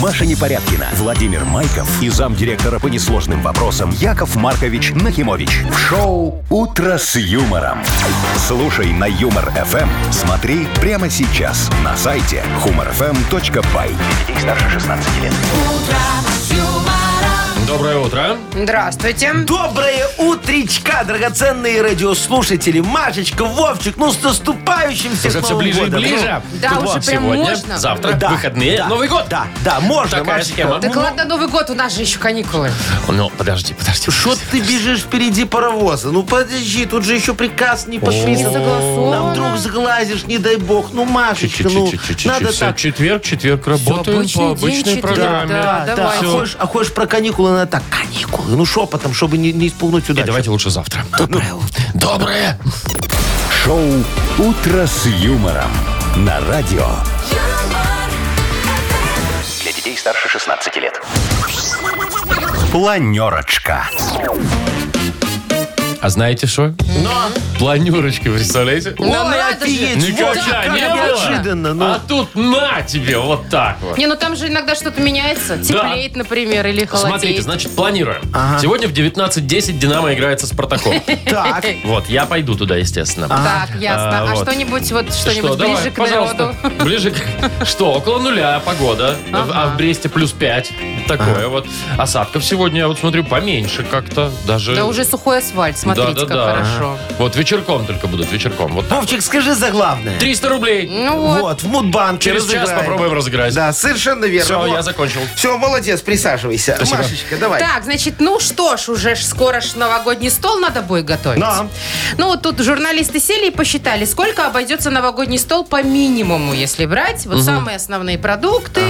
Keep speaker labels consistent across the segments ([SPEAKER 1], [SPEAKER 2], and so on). [SPEAKER 1] Маша Непорядкина, Владимир Майков и замдиректора по несложным вопросам Яков Маркович Нахимович. В шоу «Утро с юмором». Слушай на «Юмор-ФМ». Смотри прямо сейчас на сайте humorfm.by. Для детей старше 16 лет.
[SPEAKER 2] Доброе утро.
[SPEAKER 3] Здравствуйте.
[SPEAKER 4] Доброе утречка, драгоценные радиослушатели. Машечка, Вовчик, ну с наступающим всех
[SPEAKER 2] Уже все
[SPEAKER 4] Новым
[SPEAKER 2] ближе и
[SPEAKER 4] годом.
[SPEAKER 2] ближе.
[SPEAKER 3] Да,
[SPEAKER 2] Тут
[SPEAKER 3] уже
[SPEAKER 2] вот
[SPEAKER 3] прям
[SPEAKER 2] сегодня,
[SPEAKER 3] можно.
[SPEAKER 2] завтра,
[SPEAKER 4] Да,
[SPEAKER 2] выходные,
[SPEAKER 4] да,
[SPEAKER 2] Новый год.
[SPEAKER 4] Да, да, можно,
[SPEAKER 2] Такая
[SPEAKER 4] Машечка.
[SPEAKER 2] схема.
[SPEAKER 3] Так ладно, Новый год, у нас же еще каникулы.
[SPEAKER 2] Ну, подожди, подожди.
[SPEAKER 4] Что ты бежишь впереди паровоза? Ну подожди, тут же еще приказ не
[SPEAKER 3] Не
[SPEAKER 4] подписан. Нам
[SPEAKER 3] согласовано.
[SPEAKER 4] вдруг сглазишь, не дай бог. Ну, Машечка, ну, надо
[SPEAKER 2] Всё,
[SPEAKER 4] так.
[SPEAKER 2] Четверг, четверг работаем
[SPEAKER 3] обычный
[SPEAKER 2] по
[SPEAKER 3] день,
[SPEAKER 2] обычной
[SPEAKER 3] четверг,
[SPEAKER 2] программе.
[SPEAKER 3] да.
[SPEAKER 4] Да,
[SPEAKER 3] давайте.
[SPEAKER 4] а хочешь, а хочешь про каникулы, надо так, каникулы, ну шепотом, чтобы не, не испугнуть
[SPEAKER 2] И
[SPEAKER 4] удачу.
[SPEAKER 2] давайте лучше завтра. Ну,
[SPEAKER 4] Доброе утро.
[SPEAKER 2] Доброе!
[SPEAKER 1] Шоу «Утро с юмором» на радио. Для детей старше 16 лет. Планерочка.
[SPEAKER 2] А знаете что?
[SPEAKER 4] Но,
[SPEAKER 2] Планерочки, представляете?
[SPEAKER 3] Ну,
[SPEAKER 4] Ну? ой,
[SPEAKER 3] надо же.
[SPEAKER 4] офигеть,
[SPEAKER 2] Никогда
[SPEAKER 4] Вовчик, как
[SPEAKER 2] не было.
[SPEAKER 4] неожиданно. ну.
[SPEAKER 2] А тут на тебе, вот так вот.
[SPEAKER 3] Не, ну там же иногда что-то меняется. Теплеет, например, или холодеет.
[SPEAKER 2] Смотрите, значит, планируем.
[SPEAKER 4] Ага.
[SPEAKER 2] Сегодня в 19.10 «Динамо» играет со «Спартаком».
[SPEAKER 4] Так,
[SPEAKER 2] Вот, я пойду туда, естественно.
[SPEAKER 3] Так, ясно.
[SPEAKER 2] А,
[SPEAKER 3] А,
[SPEAKER 2] вот.
[SPEAKER 3] что-нибудь вот что-нибудь
[SPEAKER 2] Что, давай,
[SPEAKER 3] ближе к
[SPEAKER 2] пожалуйста.
[SPEAKER 3] народу?
[SPEAKER 2] Ближе к... Что, около нуля погода,
[SPEAKER 3] Ага.
[SPEAKER 2] а в Бресте плюс 5. Такое вот. Осадков сегодня, я вот смотрю, поменьше как-то. Даже...
[SPEAKER 3] Да уже сухой асфальт, смотрите, как
[SPEAKER 2] Э, Да-да-да.
[SPEAKER 3] хорошо.
[SPEAKER 2] Вот вечерком только будут, вечерком. Вот так.
[SPEAKER 4] Вовчик, скажи за главное.
[SPEAKER 2] 300 рублей.
[SPEAKER 3] Ну
[SPEAKER 4] Вот,
[SPEAKER 3] вот.
[SPEAKER 4] в Мудбанке
[SPEAKER 2] Через час
[SPEAKER 4] разыграем.
[SPEAKER 2] попробуем разыграть.
[SPEAKER 4] Да, совершенно верно.
[SPEAKER 2] Все, я закончил.
[SPEAKER 4] Все, молодец, присаживайся.
[SPEAKER 2] Спасибо.
[SPEAKER 4] Машечка, давай.
[SPEAKER 3] Так, значит, ну что ж, уже ж скоро ж новогодний стол надо будет готовить.
[SPEAKER 4] Да.
[SPEAKER 3] Ну вот тут журналисты сели и посчитали, сколько обойдется новогодний стол по минимуму, если брать вот самые основные продукты,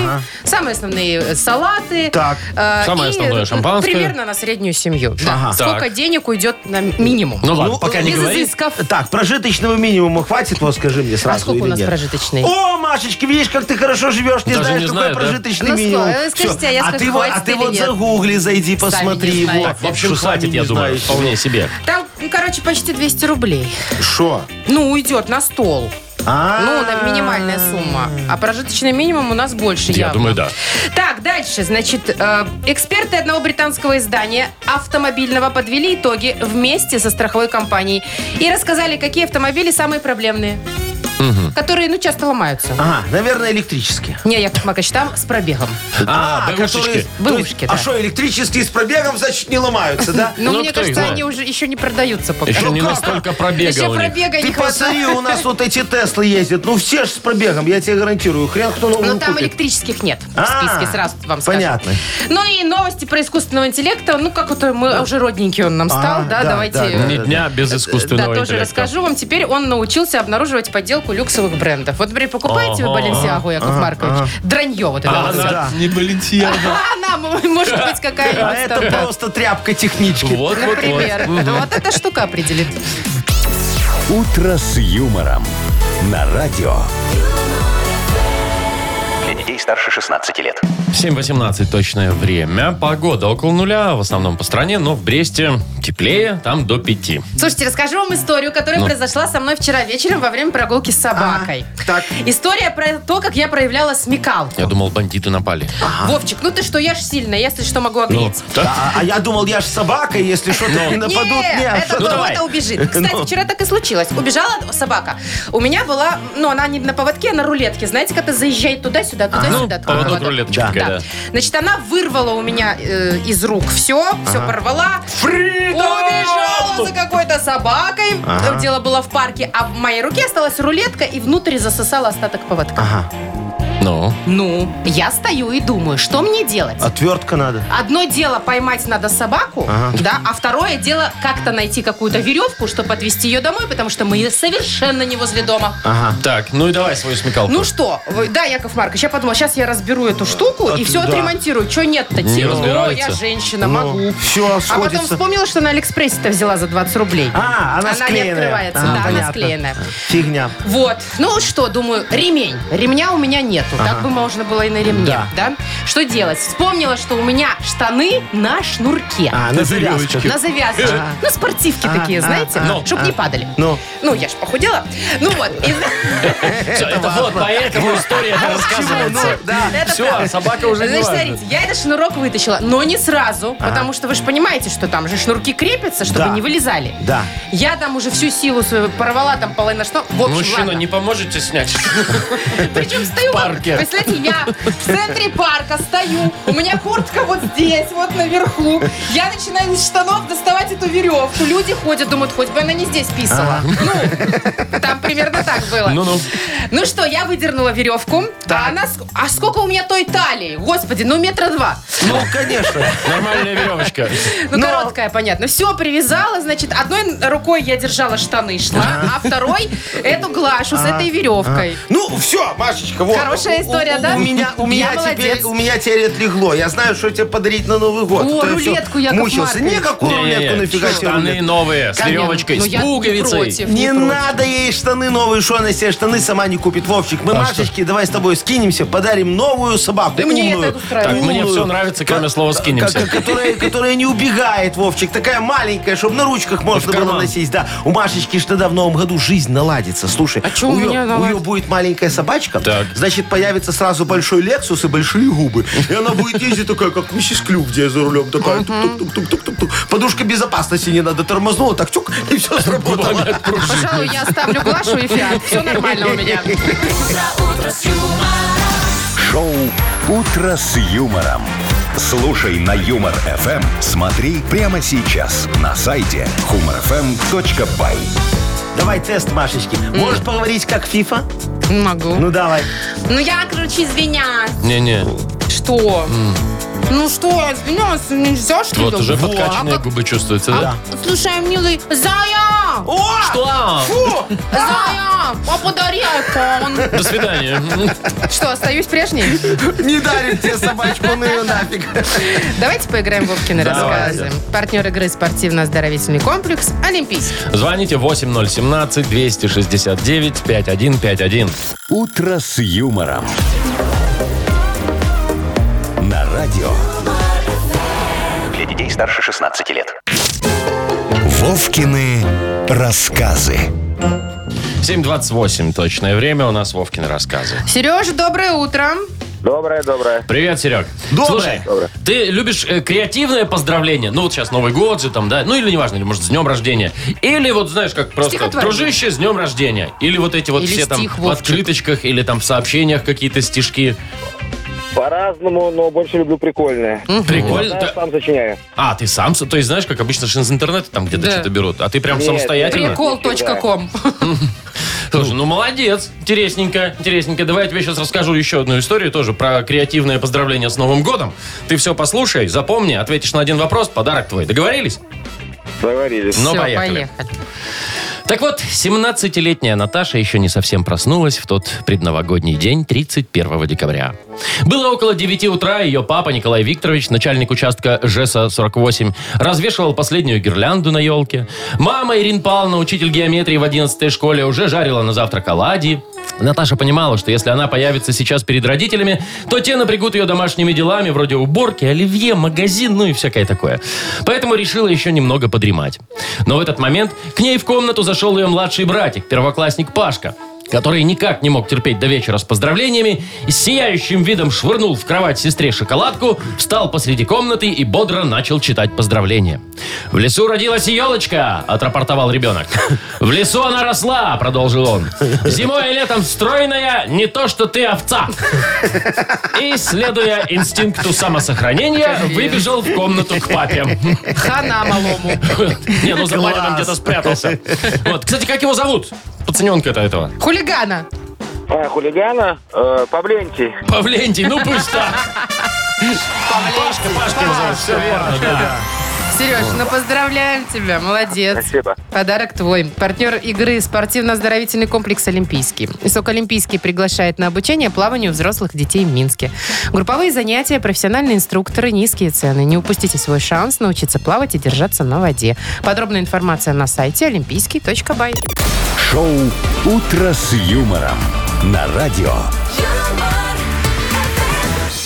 [SPEAKER 3] самые основные э, салаты.
[SPEAKER 4] Так.
[SPEAKER 3] э,
[SPEAKER 2] Самое
[SPEAKER 3] и,
[SPEAKER 2] основное
[SPEAKER 3] э,
[SPEAKER 2] шампанское.
[SPEAKER 3] Примерно на среднюю семью. Да.
[SPEAKER 4] Ага.
[SPEAKER 3] Сколько
[SPEAKER 2] Так.
[SPEAKER 3] денег уйдет на минимум?
[SPEAKER 2] Ну ладно, пока не
[SPEAKER 3] без
[SPEAKER 2] говори.
[SPEAKER 3] изысков.
[SPEAKER 4] Так, прожиточного минимума хватит, вот скажи мне сразу
[SPEAKER 3] а сколько у
[SPEAKER 4] или
[SPEAKER 3] нас
[SPEAKER 4] нет?
[SPEAKER 3] прожиточный?
[SPEAKER 4] О, Машечка, видишь, как ты хорошо живешь, не
[SPEAKER 2] Даже
[SPEAKER 4] знаешь,
[SPEAKER 2] не
[SPEAKER 4] какой
[SPEAKER 2] знаю, да?
[SPEAKER 4] прожиточный
[SPEAKER 3] Ну,
[SPEAKER 4] минимум.
[SPEAKER 3] скажи,
[SPEAKER 4] Всё.
[SPEAKER 3] скажите, а я
[SPEAKER 4] а
[SPEAKER 3] скажу,
[SPEAKER 4] ты, вот- а
[SPEAKER 3] хватит
[SPEAKER 4] ты
[SPEAKER 3] или
[SPEAKER 4] вот
[SPEAKER 3] нет?
[SPEAKER 4] загугли, зайди, посмотри.
[SPEAKER 3] не
[SPEAKER 4] вот.
[SPEAKER 3] знаете.
[SPEAKER 2] В общем,
[SPEAKER 4] Что
[SPEAKER 2] хватит,
[SPEAKER 4] сами
[SPEAKER 2] я
[SPEAKER 4] не
[SPEAKER 2] думаю,
[SPEAKER 4] знаешь.
[SPEAKER 2] вполне себе.
[SPEAKER 3] Там, ну, короче, почти 200 рублей.
[SPEAKER 4] Шо?
[SPEAKER 3] Ну, уйдет на стол.
[SPEAKER 4] А,
[SPEAKER 3] Ну, на- минимальная сумма. А прожиточный минимум у нас больше
[SPEAKER 2] Я
[SPEAKER 3] явно.
[SPEAKER 2] думаю, да.
[SPEAKER 3] Так, дальше. Значит, э, эксперты одного британского издания автомобильного подвели итоги вместе со страховой компанией и рассказали, какие автомобили самые проблемные, которые, ну, часто ломаются.
[SPEAKER 4] Ага, наверное, электрические.
[SPEAKER 3] Не, Яков Макович, там с пробегом.
[SPEAKER 2] А, бэушечки.
[SPEAKER 4] которые- то
[SPEAKER 3] Бэушки,
[SPEAKER 4] есть,
[SPEAKER 3] да.
[SPEAKER 4] А что, электрические с пробегом, значит, не ломаются, да?
[SPEAKER 3] Но
[SPEAKER 2] Ну,
[SPEAKER 3] мне
[SPEAKER 2] кто их
[SPEAKER 3] кажется,
[SPEAKER 2] знает?
[SPEAKER 3] они уже еще не продаются пока.
[SPEAKER 2] Еще не
[SPEAKER 4] Ну как?
[SPEAKER 2] настолько пробега
[SPEAKER 3] Еще
[SPEAKER 2] у них.
[SPEAKER 3] пробега не
[SPEAKER 4] Ты
[SPEAKER 3] хватает.
[SPEAKER 4] посмотри, у нас вот эти Теслы ездят. Ну, все же с пробегом, я тебе гарантирую. Хрен кто новую
[SPEAKER 3] Но Ну, там
[SPEAKER 4] купит.
[SPEAKER 3] электрических нет в
[SPEAKER 4] А,
[SPEAKER 3] списке, сразу вам скажу.
[SPEAKER 4] понятно.
[SPEAKER 3] Ну и новости про искусственного интеллекта. Ну, как это мы уже родненький он нам стал, да,
[SPEAKER 4] да,
[SPEAKER 3] давайте...
[SPEAKER 4] да, да.
[SPEAKER 2] Ни дня без
[SPEAKER 3] Э, Да,
[SPEAKER 2] искусственного
[SPEAKER 3] тоже
[SPEAKER 2] интеллекта.
[SPEAKER 3] расскажу вам. Теперь он научился обнаруживать подделку люксовых брендов. Вот, например, покупаете вы
[SPEAKER 2] Ага.
[SPEAKER 3] Баленсиагу, Яков Маркович? Дранье вот это.
[SPEAKER 2] А
[SPEAKER 3] вот.
[SPEAKER 2] она
[SPEAKER 4] Да.
[SPEAKER 2] не Баленсиага.
[SPEAKER 3] А она, м- может быть,
[SPEAKER 4] А
[SPEAKER 3] какая-нибудь
[SPEAKER 4] это
[SPEAKER 3] там, да.
[SPEAKER 4] просто тряпка технички.
[SPEAKER 2] Вот, вот,
[SPEAKER 3] Например.
[SPEAKER 2] вот. Мгм.
[SPEAKER 3] Вот эта штука определит.
[SPEAKER 1] «Утро с юмором» на радио.
[SPEAKER 5] Для детей старше 16 лет.
[SPEAKER 2] 7.18 точное время. Погода около нуля, в основном по стране, но в Бресте теплее, там до 5.
[SPEAKER 3] Слушайте, расскажу вам историю, которая произошла со мной вчера вечером во время прогулки с собакой.
[SPEAKER 4] А, так.
[SPEAKER 3] История про то, как я проявляла смекалку.
[SPEAKER 2] Я думал, бандиты напали. Ну,
[SPEAKER 3] Вовчик, ну ты что, я ж сильная, я, если что, могу огнить.
[SPEAKER 2] да.
[SPEAKER 4] А, а я думал, я ж собака, и если что-то не нападут,
[SPEAKER 3] Ну. Не,
[SPEAKER 4] не, а
[SPEAKER 3] это
[SPEAKER 4] что-
[SPEAKER 2] ну давай.
[SPEAKER 3] кто-то убежит. Кстати, вчера так и случилось. Убежала собака. У меня была, ну, она не на поводке, а на рулетке. Знаете, когда ты заезжает туда-сюда,
[SPEAKER 2] Ну,
[SPEAKER 3] туда-сюда. туда-сюда.
[SPEAKER 2] поводок рулеточка, да.
[SPEAKER 3] Значит, она вырвала у меня э, из рук все, все порвала. Убежала за какой-то собакой. Дело было в парке. А в моей руке осталась рулетка, и внутрь засосала остаток поводка.
[SPEAKER 4] Ага,
[SPEAKER 2] Ну,
[SPEAKER 3] Ну, я стою и думаю, что мне делать?
[SPEAKER 4] отвертка надо.
[SPEAKER 3] Одно дело поймать надо собаку, да, а второе дело как-то найти какую-то веревку, чтобы отвезти ее домой, потому что мы совершенно не возле дома.
[SPEAKER 4] Ага.
[SPEAKER 2] так, ну и давай свою смекалку.
[SPEAKER 3] А. Ну что, вы- да, Яков Маркович, я подумала, сейчас я разберу эту штуку
[SPEAKER 4] А
[SPEAKER 3] и
[SPEAKER 4] ты-
[SPEAKER 3] все
[SPEAKER 4] да.
[SPEAKER 3] отремонтирую. Че нет-то?
[SPEAKER 2] Не
[SPEAKER 3] Типа, О,
[SPEAKER 2] разбирается.
[SPEAKER 3] я женщина, могу.
[SPEAKER 4] Все,
[SPEAKER 3] А потом
[SPEAKER 4] сходится.
[SPEAKER 3] вспомнила, что на Алиэкспрессе-то взяла за 20 рублей.
[SPEAKER 4] А, она
[SPEAKER 3] не
[SPEAKER 4] склеенная.
[SPEAKER 3] открывается,
[SPEAKER 4] А,
[SPEAKER 3] да, она
[SPEAKER 4] понятно.
[SPEAKER 3] склеенная.
[SPEAKER 4] Фигня.
[SPEAKER 3] Вот. Ну что, думаю, ремень. Ремня у меня нету. нету. Так бы можно было и на ремне.
[SPEAKER 6] Да.
[SPEAKER 3] да? Что делать? Вспомнила, что у меня штаны на шнурке.
[SPEAKER 6] А,
[SPEAKER 4] ну,
[SPEAKER 6] на завязку.
[SPEAKER 3] На завязке. На спортивки
[SPEAKER 4] А,
[SPEAKER 3] такие, знаете?
[SPEAKER 2] Ну.
[SPEAKER 3] Чтоб не падали.
[SPEAKER 6] Ну.
[SPEAKER 3] Ну, я ж похудела. Ну вот. и-
[SPEAKER 2] Всё, это вот, поэтому история рассказывается.
[SPEAKER 4] Ну, да.
[SPEAKER 3] Это
[SPEAKER 2] Все,
[SPEAKER 3] правда.
[SPEAKER 2] а собака уже не
[SPEAKER 3] Значит,
[SPEAKER 2] важна.
[SPEAKER 3] смотрите, я этот шнурок вытащила, но не сразу, потому что вы же понимаете, что там же шнурки крепятся, чтобы
[SPEAKER 6] Да.
[SPEAKER 3] не вылезали.
[SPEAKER 6] Да.
[SPEAKER 3] Я там уже всю силу свою порвала, там половина что. В общем,
[SPEAKER 2] Мужчина,
[SPEAKER 3] ладно.
[SPEAKER 2] не поможете снять?
[SPEAKER 3] Причем стою, вот,
[SPEAKER 2] парке.
[SPEAKER 3] представляете, я в центре парка стою, у меня куртка вот здесь, вот наверху. Я начинаю из штанов доставать эту веревку. Люди ходят, думают, хоть бы она не здесь писала. Ну, там примерно так было.
[SPEAKER 2] Ну-ну.
[SPEAKER 3] Ну что, я выдернула веревку. А, она, ск- а сколько у меня той талии? Господи, ну метра два.
[SPEAKER 4] Ну, конечно.
[SPEAKER 2] Нормальная веревочка.
[SPEAKER 3] Ну, короткая, понятно. Все привязала, значит, одной рукой я держала штаны, шла, а второй эту глашу с этой веревкой.
[SPEAKER 4] Ну, все, Машечка, вот.
[SPEAKER 3] Хорошая
[SPEAKER 4] У-
[SPEAKER 3] история,
[SPEAKER 4] у-
[SPEAKER 3] да?
[SPEAKER 4] У меня, у меня,
[SPEAKER 3] Я
[SPEAKER 4] теперь,
[SPEAKER 3] молодец.
[SPEAKER 4] у меня теперь отлегло. Я знаю, что тебе подарить на Новый год.
[SPEAKER 3] О,
[SPEAKER 4] А то я всё
[SPEAKER 3] рулетку, Яков
[SPEAKER 4] Мучился.
[SPEAKER 3] Маркович.
[SPEAKER 4] Никакую рулетку,
[SPEAKER 2] Не-не-не,
[SPEAKER 4] нафига тебе
[SPEAKER 2] Штаны
[SPEAKER 4] рулетка?
[SPEAKER 2] новые, с
[SPEAKER 3] Конечно.
[SPEAKER 2] веревочкой,
[SPEAKER 3] Ну,
[SPEAKER 2] с
[SPEAKER 3] я не
[SPEAKER 2] пуговицей.
[SPEAKER 3] против,
[SPEAKER 4] Не
[SPEAKER 3] против.
[SPEAKER 4] надо ей штаны новые, что она себе штаны сама не купит. Вовчик, мы
[SPEAKER 2] А
[SPEAKER 4] Машечке давай с тобой скинемся, подарим новую собаку.
[SPEAKER 3] Да мне это
[SPEAKER 4] умную,
[SPEAKER 3] устраивает.
[SPEAKER 2] Так, мне
[SPEAKER 4] умную,
[SPEAKER 2] все нравится, кроме слова
[SPEAKER 4] ко-
[SPEAKER 2] «скинемся».
[SPEAKER 4] которая, которая не убегает, Вовчик. Такая маленькая, чтобы на ручках можно было
[SPEAKER 2] карман.
[SPEAKER 4] носить. Да. У Машечки ж тогда в новом году жизнь наладится. Слушай,
[SPEAKER 3] А чё у
[SPEAKER 4] нее,
[SPEAKER 3] меня наладится?
[SPEAKER 4] будет маленькая собачка,
[SPEAKER 2] Так.
[SPEAKER 4] значит, появится сразу большой Лексус и большие губы. И она будет ездить такая, как миссис Клюв, где я за рулем такая. тук-тук-тук-тук-тук-тук. Подушка безопасности не надо, тормознула, так чук, и все сработало.
[SPEAKER 3] Пожалуй, я оставлю Глашу и Фиат. Все нормально у меня.
[SPEAKER 1] Шоу «Утро с юмором». Слушай на Юмор ФМ. Смотри прямо сейчас на сайте humorfm.by.
[SPEAKER 4] Давай тест, Машечки. Можешь поговорить как Фифа?
[SPEAKER 3] Могу.
[SPEAKER 4] Ну давай.
[SPEAKER 3] Ну я, короче, извиняюсь.
[SPEAKER 2] Не-не,
[SPEAKER 3] Что? Ну что, извиняюсь, Ну, нельзя, что
[SPEAKER 2] вот
[SPEAKER 3] ли?
[SPEAKER 2] уже
[SPEAKER 3] Во,
[SPEAKER 2] подкачанные
[SPEAKER 3] а как-
[SPEAKER 2] губы чувствуются,
[SPEAKER 3] а,
[SPEAKER 2] да?
[SPEAKER 3] Слушай, милый, Зая!
[SPEAKER 4] О!
[SPEAKER 2] Что?
[SPEAKER 3] Зая! А подари айфон.
[SPEAKER 2] До свидания.
[SPEAKER 3] Что, остаюсь прежней?
[SPEAKER 4] Не дарим тебе собачку, ну ее нафиг.
[SPEAKER 3] Давайте поиграем в Вовкины
[SPEAKER 2] Давайте.
[SPEAKER 3] рассказы. Партнер игры спортивно-оздоровительный комплекс «Олимпийский».
[SPEAKER 2] Звоните 8017-269-5151.
[SPEAKER 1] «Утро с юмором». На радио
[SPEAKER 5] Для детей старше 16 лет.
[SPEAKER 1] «Вовкины рассказы».
[SPEAKER 2] 7.28 точное время, у нас Вовкины рассказы.
[SPEAKER 3] Сережа, доброе утро.
[SPEAKER 7] Доброе, доброе.
[SPEAKER 2] Привет, Серег.
[SPEAKER 4] Доброе.
[SPEAKER 2] Слушай, ты любишь э, креативное поздравление? Ну, вот сейчас Новый год же там, да? Ну, или неважно, или, может, с днем рождения. Или вот, знаешь, как просто
[SPEAKER 3] Стихотворение.
[SPEAKER 2] дружище с днем рождения. Или вот эти вот
[SPEAKER 3] Или
[SPEAKER 2] все там
[SPEAKER 3] стих,
[SPEAKER 2] в
[SPEAKER 3] Вовчик.
[SPEAKER 2] открыточках или там в сообщениях какие-то стишки.
[SPEAKER 7] По-разному, но больше люблю прикольные.
[SPEAKER 4] Ну,
[SPEAKER 2] Прикольно.
[SPEAKER 7] Я
[SPEAKER 2] Ты-
[SPEAKER 7] сам сочиняю.
[SPEAKER 2] А, ты сам, с- то есть, знаешь, как обычно же из интернета там где-то
[SPEAKER 3] Да.
[SPEAKER 2] что-то берут, а ты прям
[SPEAKER 7] Нет,
[SPEAKER 2] самостоятельно?
[SPEAKER 3] Прикол.ком.
[SPEAKER 2] Слушай, ну молодец, интересненько, интересненько. Давай я тебе сейчас расскажу еще одну историю тоже про креативное поздравление с Новым годом. Ты все послушай, запомни, ответишь на один вопрос, подарок твой. Договорились?
[SPEAKER 7] Договорились.
[SPEAKER 2] Ну,
[SPEAKER 3] Всё,
[SPEAKER 2] поехали. Так вот, 17-летняя Наташа еще не совсем проснулась в тот предновогодний день 31 декабря. Было около 9 утра, ее папа Николай Викторович, начальник участка ЖЭСа-48, развешивал последнюю гирлянду на елке. Мама Ирина Павловна, учитель геометрии в 11 школе, уже жарила на завтрак оладьи. Наташа понимала, что если она появится сейчас перед родителями, то те напрягут ее домашними делами, вроде уборки, оливье, магазин, ну и всякое такое. Поэтому решила еще немного подремать. Но в этот момент к ней в комнату зашел ее младший братик, первоклассник Пашка, который никак не мог терпеть до вечера с поздравлениями, и с сияющим видом швырнул в кровать сестре шоколадку, встал посреди комнаты и бодро начал читать поздравления. «В лесу родилась елочка!» – отрапортовал ребенок. «В лесу она росла!» – продолжил он. «Зимой и летом стройная, не то что ты овца!» И, следуя инстинкту самосохранения, выбежал в комнату к папе.
[SPEAKER 3] Хана малому.
[SPEAKER 2] Не, ну Запарин там где-то спрятался. Вот. Кстати, как его зовут? Пацаненка-то этого.
[SPEAKER 3] Хулигана.
[SPEAKER 7] А, хулигана, э, Павленти.
[SPEAKER 2] Павлентий, ну пусть так. Пашка, Пашка Ну его зовут. Все верно, да.
[SPEAKER 3] Сереж, ну поздравляем тебя, молодец.
[SPEAKER 7] Спасибо.
[SPEAKER 3] Подарок твой. Партнер игры спортивно-оздоровительный комплекс «Олимпийский». Сок «Олимпийский» приглашает на обучение плаванию взрослых детей в Минске. Групповые занятия, профессиональные инструкторы, низкие цены. Не упустите свой шанс научиться плавать и держаться на воде. Подробная информация на сайте олимпийский.бай.
[SPEAKER 1] Шоу «Утро с юмором» на радио
[SPEAKER 8] юмор.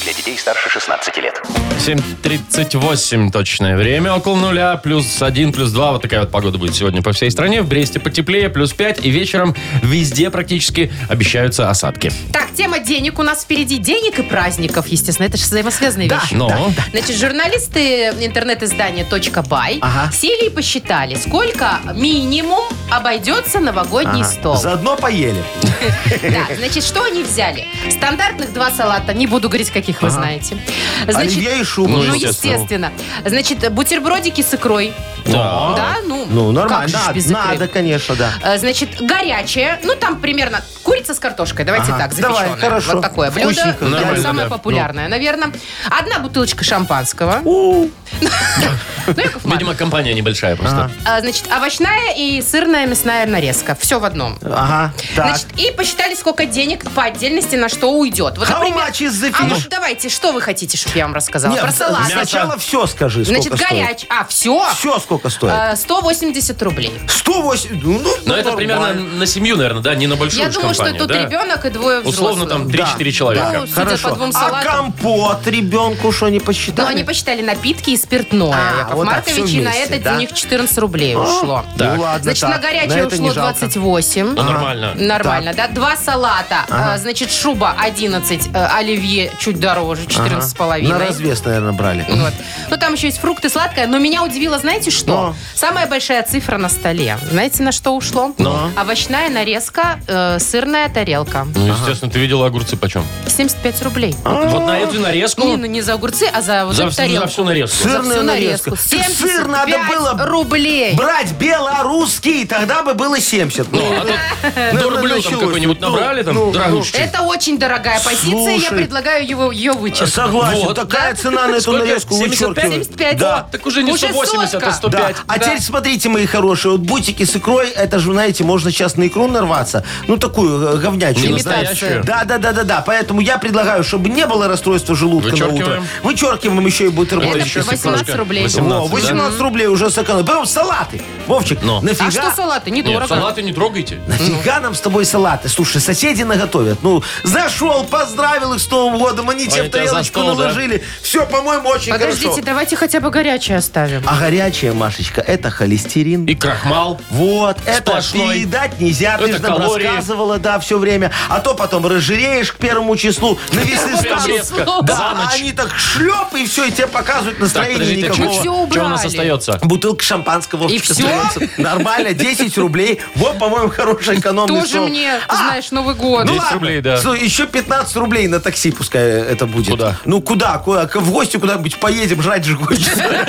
[SPEAKER 5] детей старше 16 лет.
[SPEAKER 2] 7.38 точное время, около нуля, плюс 1, плюс 2. Вот такая вот погода будет сегодня по всей стране. В Бресте потеплее, плюс 5. И вечером везде практически обещаются осадки.
[SPEAKER 3] Так, тема денег у нас впереди. Денег и праздников, естественно. Это же взаимосвязанные вещи.
[SPEAKER 2] Но
[SPEAKER 3] Значит, журналисты интернет-издания .бай
[SPEAKER 4] Ага.
[SPEAKER 3] сели и посчитали, сколько минимум обойдется новогодний стол.
[SPEAKER 4] Заодно поели.
[SPEAKER 3] Да, значит, что они взяли? Стандартных два салата, не буду говорить, каких вы знаете. Значит,
[SPEAKER 4] Оливье и
[SPEAKER 2] ну,
[SPEAKER 4] шуба.
[SPEAKER 3] ну,
[SPEAKER 2] естественно.
[SPEAKER 3] естественно. Значит, бутербродики с икрой.
[SPEAKER 2] Да.
[SPEAKER 3] Да, ну,
[SPEAKER 4] Ну,
[SPEAKER 3] как же
[SPEAKER 4] нормально.
[SPEAKER 3] ж без
[SPEAKER 4] Надо,
[SPEAKER 3] икры?
[SPEAKER 4] надо, конечно, да.
[SPEAKER 3] Э, Значит, горячее, ну там примерно курица с картошкой, давайте
[SPEAKER 4] Ага,
[SPEAKER 3] так, запеченная.
[SPEAKER 4] давай, хорошо.
[SPEAKER 3] Вот такое блюдо,
[SPEAKER 4] Вкусненько,
[SPEAKER 3] Да,
[SPEAKER 2] нормально,
[SPEAKER 3] самое
[SPEAKER 2] да.
[SPEAKER 3] популярное, наверное. Одна бутылочка шампанского.
[SPEAKER 4] У,
[SPEAKER 3] Ну, Яков Маркович,
[SPEAKER 2] Видимо, компания небольшая просто.
[SPEAKER 3] а, Значит, овощная и сырная мясная нарезка. Все в одном.
[SPEAKER 4] Ага, так.
[SPEAKER 3] Значит, и посчитали, сколько денег по отдельности на что уйдет. Вот,
[SPEAKER 4] How
[SPEAKER 3] например,
[SPEAKER 4] much is the
[SPEAKER 3] а
[SPEAKER 4] fish?
[SPEAKER 3] вот давайте, что вы хотите, чтобы я вам рассказала?
[SPEAKER 4] Нет,
[SPEAKER 3] Про салат.
[SPEAKER 4] сначала все скажи, сколько
[SPEAKER 3] Значит, горячий. А, все?
[SPEAKER 4] Все сколько стоит?
[SPEAKER 3] Э, 180 рублей.
[SPEAKER 4] 108. Ну, ну,
[SPEAKER 2] Но это примерно
[SPEAKER 4] нормально.
[SPEAKER 2] на семью, наверное, да? Не на большую
[SPEAKER 3] Я
[SPEAKER 2] же
[SPEAKER 3] думаю, что
[SPEAKER 2] компанию,
[SPEAKER 3] тут
[SPEAKER 2] да?
[SPEAKER 3] ребенок и двое взрослых.
[SPEAKER 2] Условно там
[SPEAKER 4] Да.
[SPEAKER 2] 3-4 человека.
[SPEAKER 3] Ну, судя по двум
[SPEAKER 4] а
[SPEAKER 3] салатам.
[SPEAKER 4] компот ребенку что не
[SPEAKER 3] Но
[SPEAKER 4] посчитали?
[SPEAKER 3] они посчитали напитки и спиртное,
[SPEAKER 4] А,
[SPEAKER 3] Яков
[SPEAKER 4] вот так,
[SPEAKER 3] Маркович,
[SPEAKER 4] всё
[SPEAKER 3] и на
[SPEAKER 4] вместе,
[SPEAKER 3] это
[SPEAKER 4] да?
[SPEAKER 3] у них 14 рублей ушло.
[SPEAKER 2] Так.
[SPEAKER 4] Ну, ладно,
[SPEAKER 3] Значит,
[SPEAKER 4] так.
[SPEAKER 3] на горячее
[SPEAKER 4] это
[SPEAKER 3] ушло
[SPEAKER 4] не жалко.
[SPEAKER 3] 28.
[SPEAKER 2] Ну, нормально.
[SPEAKER 3] Нормально, да? Два салата, э, значит, шуба 11, э, оливье чуть дороже, 14,5. с половиной.
[SPEAKER 4] На развес, наверное, брали.
[SPEAKER 3] Вот. Ну, там еще есть фрукты, сладкое. Но меня удивило, знаете что?
[SPEAKER 4] Но.
[SPEAKER 3] Самая большая цифра на столе. Знаете, на что ушло?
[SPEAKER 2] Но.
[SPEAKER 3] Овощная нарезка, э, сырная тарелка.
[SPEAKER 2] Ну, естественно, ты видела огурцы почем.
[SPEAKER 3] 75 рублей.
[SPEAKER 4] А.
[SPEAKER 2] Вот на эту нарезку,
[SPEAKER 3] Не, ну не за огурцы, а за вот
[SPEAKER 2] за,
[SPEAKER 3] эту
[SPEAKER 2] всю- за
[SPEAKER 3] тарелку.
[SPEAKER 2] всю нарезку.
[SPEAKER 4] Сы-
[SPEAKER 3] За всю
[SPEAKER 4] Сырную
[SPEAKER 3] нарезку.
[SPEAKER 4] нарезку. Так сыр
[SPEAKER 3] 75
[SPEAKER 4] надо было
[SPEAKER 3] рублей.
[SPEAKER 4] Брать белорусский, тогда бы было 70. Ну,
[SPEAKER 2] Ну, а тут до рублю там
[SPEAKER 4] началось.
[SPEAKER 2] какой-нибудь
[SPEAKER 4] Ну,
[SPEAKER 2] набрали, там,
[SPEAKER 4] ну,
[SPEAKER 2] дорогущий.
[SPEAKER 3] Это очень дорогая позиция, я
[SPEAKER 4] Слушай.
[SPEAKER 3] предлагаю его, ее вычеркнуть.
[SPEAKER 4] Ну, Согласен,
[SPEAKER 2] Вот,
[SPEAKER 4] такая цена на эту
[SPEAKER 2] Сколько?
[SPEAKER 4] нарезку
[SPEAKER 2] 75?
[SPEAKER 4] вычеркивает.
[SPEAKER 3] 75.
[SPEAKER 4] Да.
[SPEAKER 2] Так уже не
[SPEAKER 3] Уже
[SPEAKER 2] 180, а
[SPEAKER 3] сотка.
[SPEAKER 2] 105.
[SPEAKER 4] Да. А теперь смотрите, мои хорошие, вот бутики с икрой, это же, знаете, можно сейчас на икру нарваться. Ну, такую э, говнячую.
[SPEAKER 2] Не
[SPEAKER 4] знаете.
[SPEAKER 2] настоящую.
[SPEAKER 4] Да, да, да, да, да. Поэтому я предлагаю, чтобы не было расстройства желудка на утро.
[SPEAKER 2] Вычеркиваем.
[SPEAKER 4] Вычеркиваем еще и бутербродик.
[SPEAKER 3] Это
[SPEAKER 2] еще
[SPEAKER 3] 18 рублей.
[SPEAKER 2] 18,
[SPEAKER 4] О,
[SPEAKER 2] да?
[SPEAKER 4] 18 рублей уже сэкономили. Потом салаты. Вовчик,
[SPEAKER 2] Ну.
[SPEAKER 4] нафига?
[SPEAKER 3] А что салаты?
[SPEAKER 2] Нет,
[SPEAKER 3] Недорого.
[SPEAKER 2] салаты не трогайте.
[SPEAKER 4] Нафига нам с тобой салаты? Слушай, соседи наготовят. Ну, зашел, поздравил их с Новым годом, они тебе
[SPEAKER 2] Они
[SPEAKER 4] в
[SPEAKER 2] тебя за
[SPEAKER 4] тарелочку
[SPEAKER 2] стол, да?
[SPEAKER 4] наложили. Все, по-моему, очень
[SPEAKER 3] Подождите,
[SPEAKER 4] хорошо.
[SPEAKER 3] давайте хотя бы горячее оставим.
[SPEAKER 4] А горячая, Машечка, это холестерин.
[SPEAKER 2] И крахмал.
[SPEAKER 4] Вот, это
[SPEAKER 2] Сплошной.
[SPEAKER 4] переедать нельзя. Ты
[SPEAKER 2] Это
[SPEAKER 4] же нам
[SPEAKER 2] калории.
[SPEAKER 4] рассказывала, да, все время. А то потом разжиреешь к первому числу, на весны
[SPEAKER 2] Прям
[SPEAKER 4] станут.
[SPEAKER 2] резко. За
[SPEAKER 4] Да, а
[SPEAKER 2] ночь.
[SPEAKER 4] они так шлеп, и все, и тебе показывают
[SPEAKER 2] Так,
[SPEAKER 4] настроение
[SPEAKER 2] подождите,
[SPEAKER 4] никакого.
[SPEAKER 3] чё-
[SPEAKER 2] что, у нас
[SPEAKER 3] убрали.
[SPEAKER 2] остается?
[SPEAKER 4] Бутылка шампанского.
[SPEAKER 3] И
[SPEAKER 4] Вовчик,
[SPEAKER 3] всё?
[SPEAKER 4] остается. Нормально, 10 рублей. Вот, по-моему, хороший экономный
[SPEAKER 3] Тоже
[SPEAKER 4] срок.
[SPEAKER 3] мне,
[SPEAKER 4] А,
[SPEAKER 3] знаешь, Новый год.
[SPEAKER 4] ну
[SPEAKER 2] 10
[SPEAKER 4] ладно.
[SPEAKER 2] рублей, да.
[SPEAKER 4] Слушай, еще 15 рублей на такси пускай э, это будет.
[SPEAKER 2] Куда?
[SPEAKER 4] Ну куда? Куда? К- В гости куда-нибудь поедем, жрать же хочется.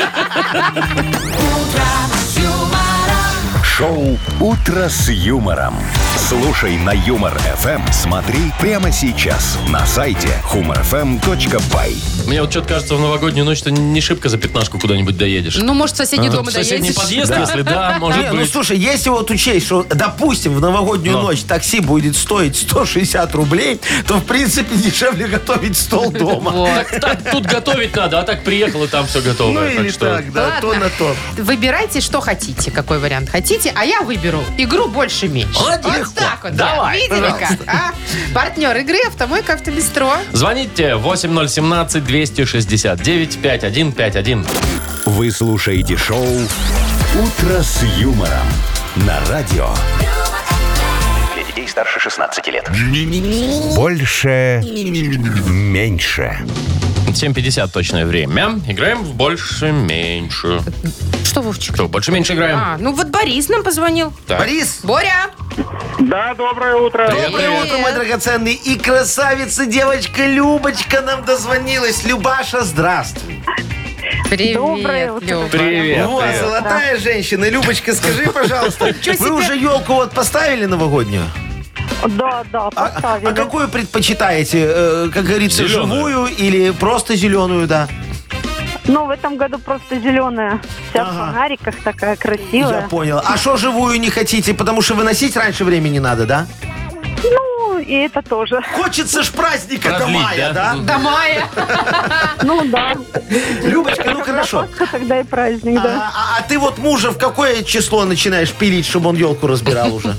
[SPEAKER 1] Шоу «Утро с юмором». Слушай на Юмор ФМ. Смотри прямо сейчас на сайте humorfm.by.
[SPEAKER 2] Мне вот что-то кажется, в новогоднюю ночь ты не шибко за пятнашку куда-нибудь доедешь.
[SPEAKER 3] Ну, может, в соседний дом и
[SPEAKER 2] В соседний
[SPEAKER 3] доедешь.
[SPEAKER 2] подъезд, если да, может
[SPEAKER 4] Не, ну
[SPEAKER 2] быть.
[SPEAKER 4] слушай, если вот учесть, что, допустим, в новогоднюю
[SPEAKER 2] Но.
[SPEAKER 4] ночь такси будет стоить 160 рублей, то, в принципе, дешевле готовить стол дома.
[SPEAKER 2] Так, так тут готовить надо, а так приехал и там все готово.
[SPEAKER 4] Ну или так, да, то
[SPEAKER 3] Ладно.
[SPEAKER 4] на то.
[SPEAKER 3] Выбирайте, что хотите, какой вариант хотите, а я выберу игру больше-меньше.
[SPEAKER 2] Вот легко.
[SPEAKER 3] вот так вот. да.
[SPEAKER 2] Давай,
[SPEAKER 3] Видели как? а? Партнер игры «Автомойка Автобестро».
[SPEAKER 2] Звоните 8017-269-5151.
[SPEAKER 1] Вы слушаете шоу «Утро с юмором» на радио.
[SPEAKER 5] Для детей старше 16 лет.
[SPEAKER 1] Больше. Меньше.
[SPEAKER 2] 7.50 точное время. Играем в больше-меньше.
[SPEAKER 3] Что, Вовчик?
[SPEAKER 2] Что, больше-меньше играем?
[SPEAKER 3] А, ну вот Борис нам позвонил.
[SPEAKER 2] Так.
[SPEAKER 4] Борис,
[SPEAKER 3] Боря!
[SPEAKER 7] Да, доброе утро.
[SPEAKER 2] Привет.
[SPEAKER 4] доброе утро, мой драгоценный. И красавица девочка Любочка нам дозвонилась. Любаша, здравствуй.
[SPEAKER 3] Привет,
[SPEAKER 6] Доброе утро.
[SPEAKER 3] Люба.
[SPEAKER 2] Привет.
[SPEAKER 4] Вот,
[SPEAKER 2] привет.
[SPEAKER 4] золотая женщина. Любочка, скажи, пожалуйста, вы уже елку вот поставили новогоднюю?
[SPEAKER 6] Да, да,
[SPEAKER 4] А,
[SPEAKER 6] поставили.
[SPEAKER 4] а какую предпочитаете? э, как говорится,
[SPEAKER 2] Зеленую.
[SPEAKER 4] живую или просто зеленую, да?
[SPEAKER 6] Но Ну, в этом году просто зеленая. Вся в
[SPEAKER 4] Ага.
[SPEAKER 6] фонариках такая
[SPEAKER 4] Я
[SPEAKER 6] красивая.
[SPEAKER 4] понял. А что живую не хотите? Потому что выносить раньше времени надо, да?
[SPEAKER 6] Ну, и это тоже.
[SPEAKER 4] Хочется ж праздника до
[SPEAKER 2] Продлить,
[SPEAKER 4] мая,
[SPEAKER 2] да?
[SPEAKER 4] да?
[SPEAKER 3] До мая.
[SPEAKER 6] Ну, да.
[SPEAKER 4] Любочка, ну хорошо.
[SPEAKER 6] Пасха, тогда и праздник, да.
[SPEAKER 4] А, а- а ты вот мужа в какое число начинаешь пилить, чтобы он елку разбирал уже?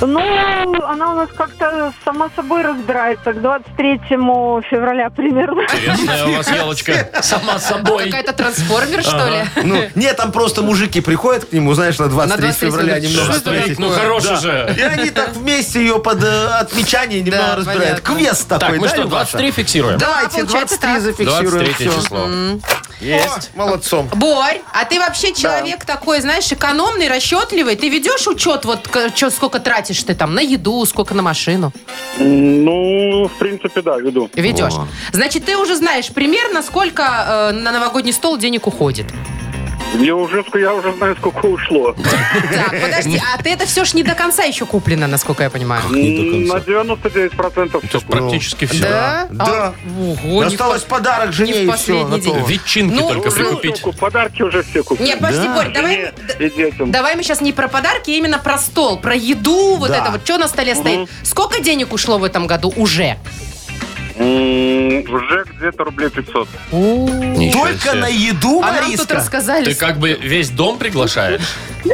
[SPEAKER 6] Ну, она у нас как-то сама собой разбирается к 23 февраля примерно.
[SPEAKER 2] Интересная у вас елочка. Сама собой.
[SPEAKER 3] Какая-то трансформер, что ли?
[SPEAKER 4] Ну, нет, там просто мужики приходят к нему, знаешь, на 23
[SPEAKER 3] 23
[SPEAKER 4] февраля
[SPEAKER 3] минут.
[SPEAKER 4] немного
[SPEAKER 3] Что
[SPEAKER 2] Старик,
[SPEAKER 4] встретить.
[SPEAKER 2] ну
[SPEAKER 4] Да.
[SPEAKER 2] хорош уже.
[SPEAKER 4] И они так вместе ее под э, отмечание немного
[SPEAKER 3] Да,
[SPEAKER 4] разбирают.
[SPEAKER 3] понятно.
[SPEAKER 4] Квест
[SPEAKER 2] Так,
[SPEAKER 4] такой,
[SPEAKER 2] мы
[SPEAKER 4] да,
[SPEAKER 2] что,
[SPEAKER 4] Любаша?
[SPEAKER 2] 23 фиксируем?
[SPEAKER 4] Давайте
[SPEAKER 3] Да, получается
[SPEAKER 4] 23
[SPEAKER 3] так.
[SPEAKER 4] зафиксируем.
[SPEAKER 2] 23
[SPEAKER 4] Все.
[SPEAKER 2] число.
[SPEAKER 4] Есть. Молодцом.
[SPEAKER 3] Борь, а ты вообще человек такой, знаешь, экономный, расчетливый. Ты ведешь учет, вот к- чё, сколько тратишь ты там на еду, сколько на машину?
[SPEAKER 7] Ну, в принципе, да, веду.
[SPEAKER 3] Ведешь. Значит, ты уже знаешь примерно, сколько э, на новогодний стол денег уходит.
[SPEAKER 7] Я уже, я уже знаю, сколько ушло.
[SPEAKER 3] Так, подожди, а ты это все ж не до конца еще куплено, насколько я понимаю.
[SPEAKER 4] Не до
[SPEAKER 7] На 99%
[SPEAKER 2] То
[SPEAKER 7] все.
[SPEAKER 2] есть практически все.
[SPEAKER 3] Да?
[SPEAKER 4] ну, Да.
[SPEAKER 3] А, ого, не в
[SPEAKER 4] Осталось подарок
[SPEAKER 3] не
[SPEAKER 4] жене
[SPEAKER 3] в
[SPEAKER 4] и все.
[SPEAKER 3] последний день.
[SPEAKER 4] готово.
[SPEAKER 2] Ветчинки
[SPEAKER 3] Ну,
[SPEAKER 2] только
[SPEAKER 3] слушай,
[SPEAKER 2] прикупить.
[SPEAKER 7] Подарки уже все купили.
[SPEAKER 3] Нет, подожди, Борь, давай,
[SPEAKER 7] Жене и детям.
[SPEAKER 3] давай мы сейчас не про подарки, а именно про стол, про еду, вот
[SPEAKER 4] Да.
[SPEAKER 3] это вот, что на столе стоит. Сколько денег ушло в этом году уже?
[SPEAKER 7] М, Уже где-то рублей 500.
[SPEAKER 3] ну,
[SPEAKER 2] Ничего
[SPEAKER 4] Только
[SPEAKER 2] себе.
[SPEAKER 4] на еду,
[SPEAKER 3] А нам тут
[SPEAKER 4] Мариска?
[SPEAKER 2] Ты
[SPEAKER 3] рассказали.
[SPEAKER 2] как бы весь дом приглашаешь?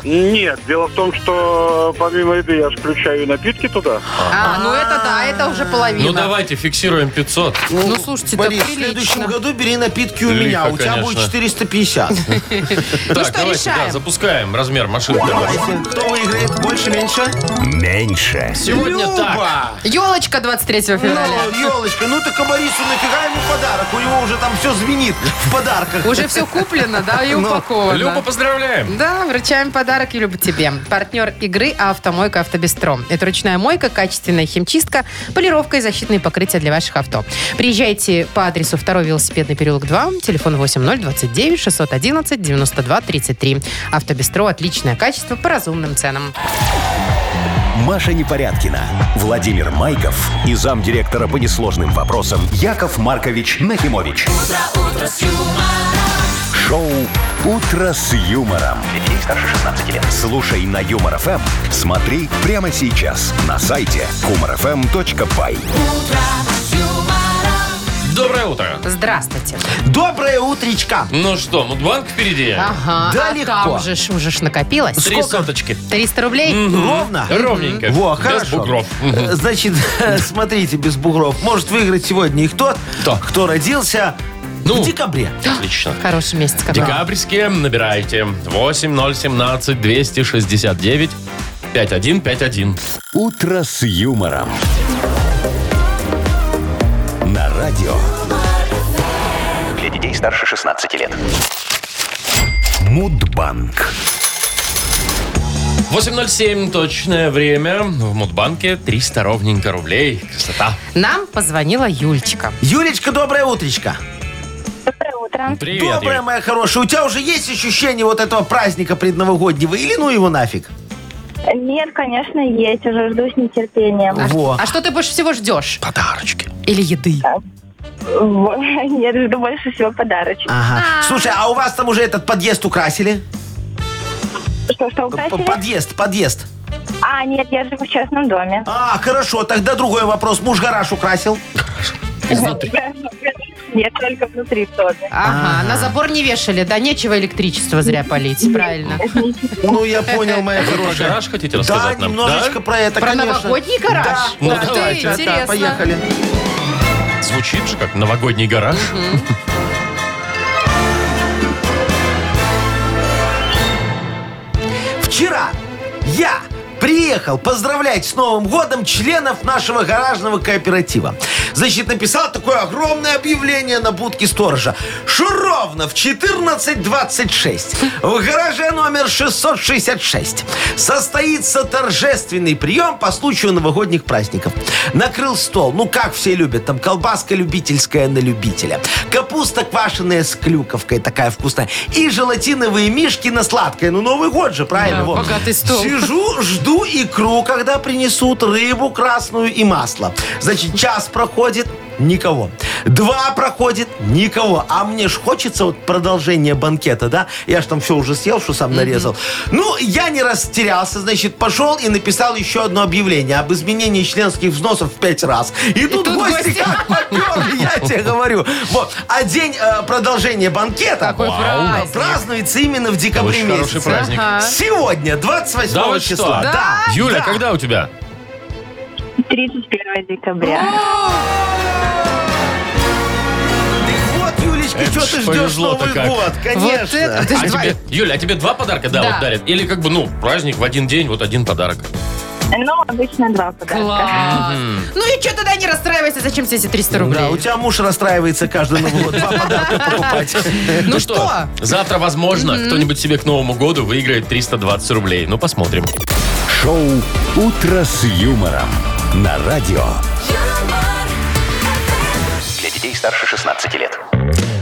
[SPEAKER 7] Нет, дело в том, что помимо еды я же включаю и напитки туда.
[SPEAKER 3] А, ну это да, это уже половина.
[SPEAKER 2] Ну давайте фиксируем 500.
[SPEAKER 3] Ну, слушайте, так
[SPEAKER 4] Борис, в
[SPEAKER 3] прилично.
[SPEAKER 4] следующем году бери напитки у меня. У тебя
[SPEAKER 2] конечно.
[SPEAKER 4] будет 450.
[SPEAKER 3] Ну
[SPEAKER 2] Так,
[SPEAKER 3] что,
[SPEAKER 2] давайте, да,
[SPEAKER 3] решаем?
[SPEAKER 2] запускаем размер машинки.
[SPEAKER 4] Давайте. Кто выиграет? Больше, меньше?
[SPEAKER 1] Меньше.
[SPEAKER 2] Сегодня так.
[SPEAKER 4] Люба!
[SPEAKER 3] Елочка 23 февраля.
[SPEAKER 4] Ну, елочка, ну так а Борису нафига ему подарок? У него уже там все звенит в подарках.
[SPEAKER 3] Уже все куплено, да, и упаковано.
[SPEAKER 2] Люба, поздравляем.
[SPEAKER 3] Да, вручаем подарок и люблю тебе. Партнер игры «Автомойка Автобестро». Это ручная мойка, качественная химчистка, полировка и защитные покрытия для ваших авто. Приезжайте по адресу 2 велосипедный переулок 2, телефон 8029 611 92 33. «Автобестро» – отличное качество по разумным ценам.
[SPEAKER 1] Маша Непорядкина, Владимир Майков и замдиректора по несложным вопросам Яков Маркович Нахимович. Шоу Утро с юмором. Детей старше 16 лет. Слушай на юмор ФМ. Смотри прямо сейчас на сайте эм humorfm.by.
[SPEAKER 2] Доброе утро.
[SPEAKER 3] Здравствуйте.
[SPEAKER 4] Доброе утречка.
[SPEAKER 2] Ну что, Мудбанк впереди.
[SPEAKER 3] Ага,
[SPEAKER 4] Да,
[SPEAKER 3] а
[SPEAKER 4] легко.
[SPEAKER 3] там же ж уже ж накопилось.
[SPEAKER 2] Три соточки.
[SPEAKER 3] 300 рублей?
[SPEAKER 4] Ровно?
[SPEAKER 2] Ровненько.
[SPEAKER 4] Во,
[SPEAKER 2] Без
[SPEAKER 4] хорошо.
[SPEAKER 2] бугров. Мгм.
[SPEAKER 4] Э, Значит, смотрите, без бугров. Может выиграть сегодня и кто,
[SPEAKER 2] Кто?
[SPEAKER 4] кто родился
[SPEAKER 2] Ну.
[SPEAKER 4] в декабре.
[SPEAKER 2] Отлично.
[SPEAKER 3] Хороший месяц. как раз.
[SPEAKER 2] Декабрьские набирайте. 8017 269 5151.
[SPEAKER 1] Утро с юмором. На радио
[SPEAKER 5] Для детей старше 16 лет.
[SPEAKER 1] Мудбанк.
[SPEAKER 2] 8.07 точное время. В Мудбанке 300 ровненько рублей. Красота.
[SPEAKER 3] Нам позвонила Юлечка.
[SPEAKER 4] Юлечка, доброе утречко.
[SPEAKER 6] Доброе утро.
[SPEAKER 2] Привет,
[SPEAKER 4] доброе,
[SPEAKER 2] Юль.
[SPEAKER 4] моя хорошая. У тебя уже есть ощущение вот этого праздника предновогоднего? Или ну его нафиг?
[SPEAKER 6] Нет, конечно, есть. Уже жду с нетерпением.
[SPEAKER 3] А,
[SPEAKER 4] Во.
[SPEAKER 3] а что ты больше всего ждешь?
[SPEAKER 2] Подарочки.
[SPEAKER 3] Или еды?
[SPEAKER 6] Нет, жду больше всего подарочек.
[SPEAKER 4] Ага. Слушай, а у вас там уже этот подъезд украсили?
[SPEAKER 6] Что,
[SPEAKER 4] П-
[SPEAKER 6] что, украсили?
[SPEAKER 4] Подъезд, подъезд.
[SPEAKER 6] А, нет, я живу в частном доме.
[SPEAKER 4] А, хорошо, тогда другой вопрос. Муж гараж украсил?
[SPEAKER 6] Нет, только внутри доме.
[SPEAKER 3] Ага, на забор не вешали, да нечего электричество зря полить, правильно.
[SPEAKER 4] Ну, я понял, моя
[SPEAKER 2] Про
[SPEAKER 4] хорошая.
[SPEAKER 2] гараж хотите
[SPEAKER 4] Да,
[SPEAKER 2] рассказать нам?
[SPEAKER 4] немножечко про это,
[SPEAKER 3] Про
[SPEAKER 4] конечно.
[SPEAKER 3] новогодний гараж?
[SPEAKER 4] Да,
[SPEAKER 2] Ну,
[SPEAKER 4] да,
[SPEAKER 3] Ух ты,
[SPEAKER 2] давайте,
[SPEAKER 4] да,
[SPEAKER 3] интересно.
[SPEAKER 4] поехали.
[SPEAKER 2] Да? Звучит же как новогодний гараж.
[SPEAKER 4] Вчера я приехал поздравлять с Новым годом членов нашего гаражного кооператива. Значит, написал такое огромное объявление на будке сторожа. Что ровно в 14.26 в гараже номер 666 состоится торжественный прием по случаю новогодних праздников. Накрыл стол, ну как все любят, там колбаска любительская на любителя, капуста квашеная с клюковкой такая вкусная и желатиновые мишки на сладкое. Ну Новый год же, правильно?
[SPEAKER 3] Да,
[SPEAKER 4] вот.
[SPEAKER 3] богатый стол.
[SPEAKER 4] Сижу, жду икру, когда принесут рыбу красную и масло. Значит, час проходит, никого. Два проходит, никого. А мне ж хочется вот продолжение банкета, да? Я ж там все уже съел, что сам нарезал. Ну, я не растерялся, значит, пошел и написал еще одно объявление об изменении членских взносов в пять раз. И тут,
[SPEAKER 3] тут
[SPEAKER 4] гости,
[SPEAKER 3] гости.
[SPEAKER 4] как поперли, я тебе говорю. Вот. А день э, продолжения банкета
[SPEAKER 3] Какой праздник.
[SPEAKER 4] празднуется именно в декабре
[SPEAKER 2] Очень хороший
[SPEAKER 4] месяце.
[SPEAKER 2] праздник.
[SPEAKER 3] Ага.
[SPEAKER 4] Сегодня, 28
[SPEAKER 2] Да вы что?
[SPEAKER 4] числа. Да.
[SPEAKER 2] Юля,
[SPEAKER 4] да.
[SPEAKER 2] когда у тебя?
[SPEAKER 6] 31 декабря.
[SPEAKER 4] Вот, Юлечка,
[SPEAKER 2] Это
[SPEAKER 4] что
[SPEAKER 2] ж
[SPEAKER 4] ты ждешь
[SPEAKER 2] повезло-то
[SPEAKER 4] Новый
[SPEAKER 2] как.
[SPEAKER 4] год?
[SPEAKER 3] Вот
[SPEAKER 4] Конечно.
[SPEAKER 3] это, ты ж
[SPEAKER 2] А
[SPEAKER 3] два-
[SPEAKER 2] тебе, Юля, а тебе два подарка, да,
[SPEAKER 3] Да.
[SPEAKER 2] вот дарят? Или как бы, ну, праздник в один день, вот один подарок.
[SPEAKER 6] Ну, обычно два подарка.
[SPEAKER 3] Класс. Ну и что тогда не расстраивайся, зачем тебе эти 300
[SPEAKER 4] Да, у
[SPEAKER 3] рублей?
[SPEAKER 4] тебя муж расстраивается каждый Новый год. Два подарка покупать.
[SPEAKER 2] Ну что, завтра, возможно, кто-нибудь себе к Новому году выиграет 320 рублей. Ну, посмотрим.
[SPEAKER 1] Шоу «Утро с юмором» на радио.
[SPEAKER 5] Для детей старше 16 лет.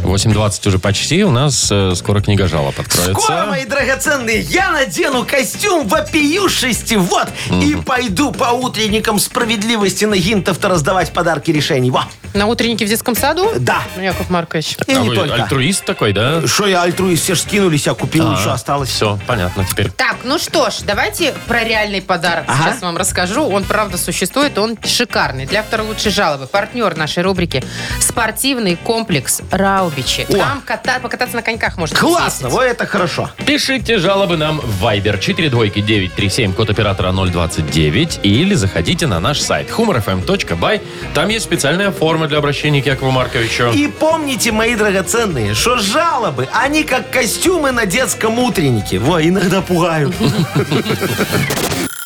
[SPEAKER 2] 8.20 уже почти, у нас э, скоро книга жалоб откроется.
[SPEAKER 4] Скоро, мои драгоценные, я надену костюм вопиюшести, вот, и пойду по утренникам справедливости на гинтов-то раздавать подарки решений. Во,
[SPEAKER 3] На утреннике в детском саду?
[SPEAKER 4] да.
[SPEAKER 3] Ну, Яков Маркович.
[SPEAKER 4] И
[SPEAKER 2] А
[SPEAKER 4] не
[SPEAKER 2] вы
[SPEAKER 4] только.
[SPEAKER 2] альтруист такой, да?
[SPEAKER 4] Что я альтруист, все ж скинулись, я купил,
[SPEAKER 2] А.
[SPEAKER 4] еще осталось.
[SPEAKER 2] Все, понятно теперь.
[SPEAKER 3] Так, ну что ж, давайте про реальный подарок
[SPEAKER 4] Ага.
[SPEAKER 3] сейчас вам расскажу. Он, правда, существует, он шикарный. Для второй лучшей жалобы партнер нашей рубрики «Спортивный комплекс Раубичи».
[SPEAKER 4] О.
[SPEAKER 3] Там кота- покататься на коньках можно.
[SPEAKER 4] Классно,
[SPEAKER 3] съездить.
[SPEAKER 4] вот это хорошо.
[SPEAKER 2] Пишите жалобы нам в Viber 42937, код оператора 029, или заходите на наш сайт humorfm.by. Там есть специальная форма для обращения к Якову Марковичу.
[SPEAKER 4] И помните, мои драгоценные, что жалобы, они как костюмы на детском утреннике. Во, иногда пугают.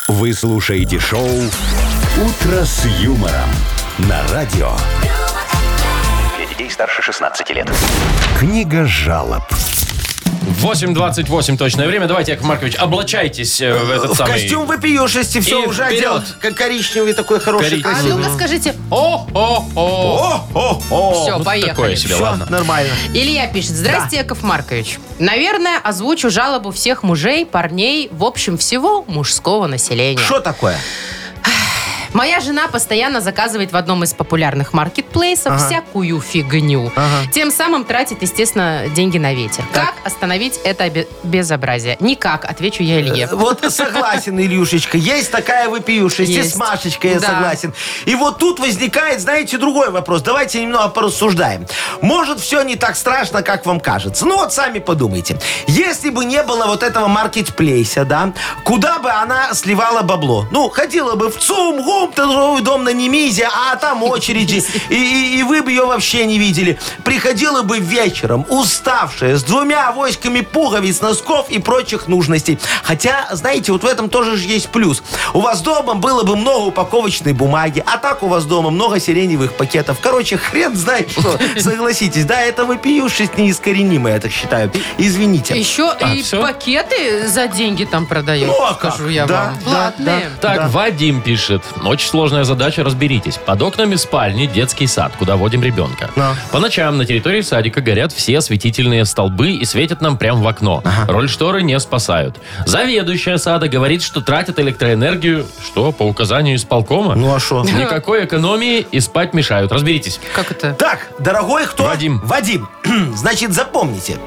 [SPEAKER 1] Вы слушаете шоу «Утро с юмором» на радио.
[SPEAKER 5] Для детей старше 16 лет.
[SPEAKER 1] Книга жалоб.
[SPEAKER 2] 8.28 точное время. Давайте, Яков Маркович, облачайтесь э, в этот
[SPEAKER 4] В
[SPEAKER 2] самый...
[SPEAKER 4] костюм вопиешести, все,
[SPEAKER 2] И
[SPEAKER 4] уже
[SPEAKER 2] вперед.
[SPEAKER 4] одел. Как коричневый такой хороший,
[SPEAKER 2] Коричневый.
[SPEAKER 3] А
[SPEAKER 4] красивый.
[SPEAKER 3] ну-ка скажите
[SPEAKER 2] О-о-о!
[SPEAKER 4] О, о, о.
[SPEAKER 3] «Все, поехали».
[SPEAKER 2] Такое себе,
[SPEAKER 4] Всё,
[SPEAKER 2] ладно.
[SPEAKER 4] нормально.
[SPEAKER 3] Илья пишет. Здрасте, Яков Маркович. Наверное, озвучу жалобу всех мужей, парней, в общем, всего мужского населения.
[SPEAKER 4] Что такое?
[SPEAKER 3] Моя жена постоянно заказывает в одном из популярных маркетплейсов
[SPEAKER 4] Ага.
[SPEAKER 3] всякую фигню.
[SPEAKER 4] Ага.
[SPEAKER 3] Тем самым тратит, естественно, деньги на ветер.
[SPEAKER 4] Так.
[SPEAKER 3] Как остановить это обе- безобразие? Никак, отвечу я Илье.
[SPEAKER 4] Вот согласен, Ильюшечка. Есть такая выпиюшесть. И
[SPEAKER 3] Есть.
[SPEAKER 4] с Машечкой я
[SPEAKER 3] Да.
[SPEAKER 4] согласен. И вот тут возникает, знаете, другой вопрос. Давайте немного порассуждаем. Может, все не так страшно, как вам кажется. Ну вот сами подумайте. Если бы не было вот этого маркетплейса, да, куда бы она сливала бабло? Ну, ходила бы в ЦУМ, ГУМ, торговый дом на Немизе, а там очереди. И, и- и вы бы ее вообще не видели. Приходила бы вечером, уставшая, с двумя авоськами пуговиц, носков и прочих нужностей. Хотя, знаете, вот в этом тоже же есть плюс. У вас дома было бы много упаковочной бумаги, а так у вас дома много сиреневых пакетов. Короче, хрен знает что. Согласитесь, да, это вопиюшесть неискоренимая, я так считаю. Извините.
[SPEAKER 3] Еще
[SPEAKER 2] А,
[SPEAKER 3] и
[SPEAKER 2] всё?
[SPEAKER 3] пакеты за деньги там продают,
[SPEAKER 4] Ну, а как?
[SPEAKER 3] скажу я
[SPEAKER 4] Да,
[SPEAKER 3] вам.
[SPEAKER 4] да,
[SPEAKER 3] Платные.
[SPEAKER 2] Так, Вадим пишет. Очень сложная задача, разберитесь. Под окнами спальни детский сад, куда водим ребенка.
[SPEAKER 4] Да.
[SPEAKER 2] По ночам на территории садика горят все осветительные столбы и светят нам прямо в окно. Роль шторы не спасают. Заведующая сада говорит, что тратят электроэнергию, что, по указанию исполкома?
[SPEAKER 4] Ну а что?
[SPEAKER 2] Никакой экономии и спать мешают. Разберитесь.
[SPEAKER 3] Как это?
[SPEAKER 4] Так, дорогой кто?
[SPEAKER 2] Вадим.
[SPEAKER 4] Вадим. Значит, запомните.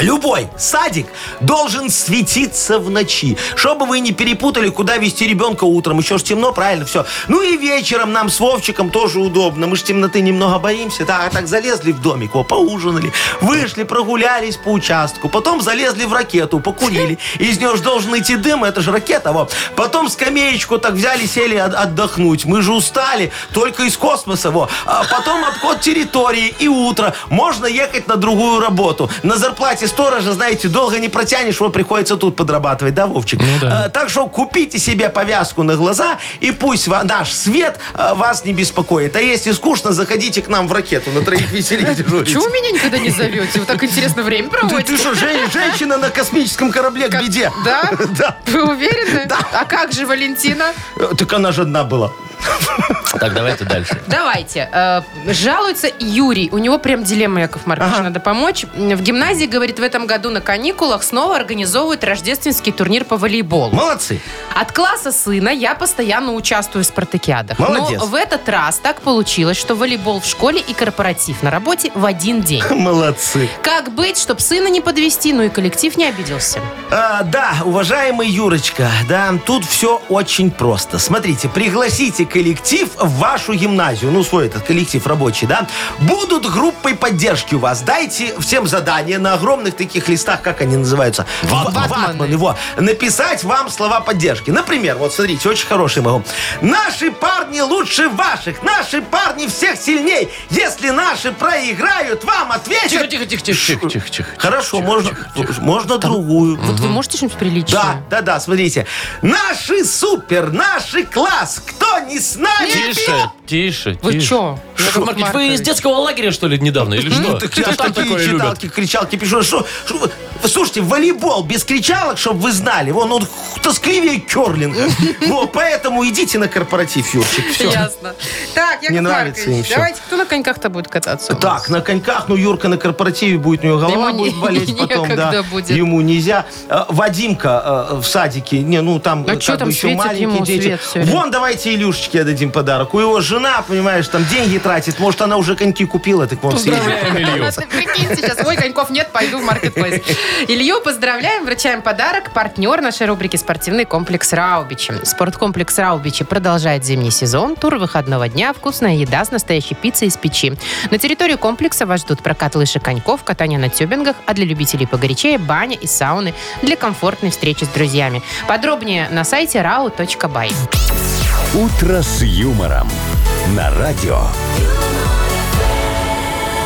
[SPEAKER 4] Любой садик должен светиться в ночи, чтобы вы не перепутали, куда вести ребенка утром. Еще ж темно, правильно, все. Ну и вечером нам с Вовчиком тоже удобно. Мы ж темноты немного боимся. Да, а так залезли в домик, о, поужинали, вышли, прогулялись по участку. Потом залезли в ракету, покурили. Из нее ж должен идти дым, это же ракета. Во. Потом скамеечку так взяли, сели от- отдохнуть. Мы же устали, только из космоса. Во. А потом обход территории и утро. Можно ехать на другую работу. На зарплате сторожа, знаете, долго не протянешь, вот приходится тут подрабатывать, да, Вовчик?
[SPEAKER 2] да.
[SPEAKER 4] А, так что купите себе повязку на глаза, и пусть ва- наш свет а, вас не беспокоит. А если скучно, заходите к нам в ракету, на троих веселее дежурить.
[SPEAKER 3] Чего вы меня никогда не зовете? Вы так интересно время
[SPEAKER 4] Ты, ты
[SPEAKER 3] проводите.
[SPEAKER 4] что, жен- женщина на космическом корабле к беде?
[SPEAKER 3] Да?
[SPEAKER 4] Да.
[SPEAKER 3] Вы уверены? А как же Валентина?
[SPEAKER 4] Э, Так она же одна была.
[SPEAKER 2] Так, давайте дальше.
[SPEAKER 3] Давайте. Э, Жалуется Юрий. У него прям дилемма, Яков Маркович, надо помочь. В гимназии, говорит, в этом году на каникулах снова организовывают рождественский турнир по волейболу.
[SPEAKER 4] Молодцы.
[SPEAKER 3] От класса сына я постоянно участвую в спартакиадах.
[SPEAKER 4] Молодец.
[SPEAKER 3] Но в этот раз так получилось, что волейбол в школе и корпоратив на работе в один день.
[SPEAKER 4] Молодцы.
[SPEAKER 3] Как быть, чтоб сына не подвести, ну и коллектив не обиделся?
[SPEAKER 4] А, да, уважаемый Юрочка, да, тут все очень просто. Смотрите, пригласите коллектив в вашу гимназию, ну, свой этот коллектив рабочий, да, будут группой поддержки у вас. Дайте всем задание на огромных таких листах, как они называются?
[SPEAKER 3] Ватманы.
[SPEAKER 4] Ватманы. его. Написать вам слова поддержки. Например, вот смотрите, очень хороший могу. Наши парни лучше ваших, наши парни всех сильней. Если наши проиграют, вам ответят...
[SPEAKER 2] Тихо, тихо, тихо, тихо, тихо, тихо, тихо.
[SPEAKER 4] Хорошо, можно, можно другую.
[SPEAKER 3] Вот вы можете что-нибудь
[SPEAKER 4] Да,
[SPEAKER 3] приличное?
[SPEAKER 4] да, да, смотрите. Наши супер, наши класс, кто не с нами?
[SPEAKER 2] Тише, тише,
[SPEAKER 3] Вы
[SPEAKER 2] тише.
[SPEAKER 3] чё, Яков
[SPEAKER 2] Яков Маркович, вы
[SPEAKER 3] Маркович?
[SPEAKER 2] из детского лагеря, что ли, недавно, или что?
[SPEAKER 4] Ну, так я
[SPEAKER 2] Что
[SPEAKER 4] ж такие читалки, кричалки пишу. Что, что вы- вы слушайте, волейбол без кричалок, чтобы вы знали. Вон он тоскливее керлинга. Вот, поэтому идите на корпоратив, Юрчик. Все.
[SPEAKER 3] Ясно. Так,
[SPEAKER 4] Не
[SPEAKER 3] Яков
[SPEAKER 4] нравится им
[SPEAKER 3] Маркович,
[SPEAKER 4] всё.
[SPEAKER 3] давайте, кто на коньках-то будет кататься? у нас?
[SPEAKER 4] Так, на коньках, ну, Юрка на корпоративе будет, у него
[SPEAKER 3] Ему
[SPEAKER 4] голова
[SPEAKER 3] не-
[SPEAKER 4] будет болеть потом,
[SPEAKER 3] некогда
[SPEAKER 4] да.
[SPEAKER 3] будет.
[SPEAKER 4] Ему нельзя. Э, Вадимка э, в садике, не, ну, там,
[SPEAKER 3] А
[SPEAKER 4] как
[SPEAKER 3] чё
[SPEAKER 4] бы
[SPEAKER 3] там
[SPEAKER 4] еще
[SPEAKER 3] светит
[SPEAKER 4] маленькие
[SPEAKER 3] ему
[SPEAKER 4] дети.
[SPEAKER 3] свет всё время?
[SPEAKER 4] Вон, давайте Илюшечке дадим подарок. У его жена, понимаешь, там деньги тратит. Может, она уже коньки купила, так вон съездит.
[SPEAKER 2] Поздравляем Илью.
[SPEAKER 3] Ты Прикинь, сейчас, ой, коньков нет, пойду в маркетплейс. Илью поздравляем, вручаем подарок. Партнер нашей рубрики «Спортивный комплекс Раубичи». Спорткомплекс Раубичи продолжает зимний сезон. Тур выходного дня, вкусная еда с настоящей пиццей из печи. На территории комплекса вас ждут прокат лыж и коньков, катание на тюбингах, а для любителей погорячее – баня и сауны для комфортной встречи с друзьями. Подробнее на сайте rau.by.
[SPEAKER 1] «Утро с юмором» на радио.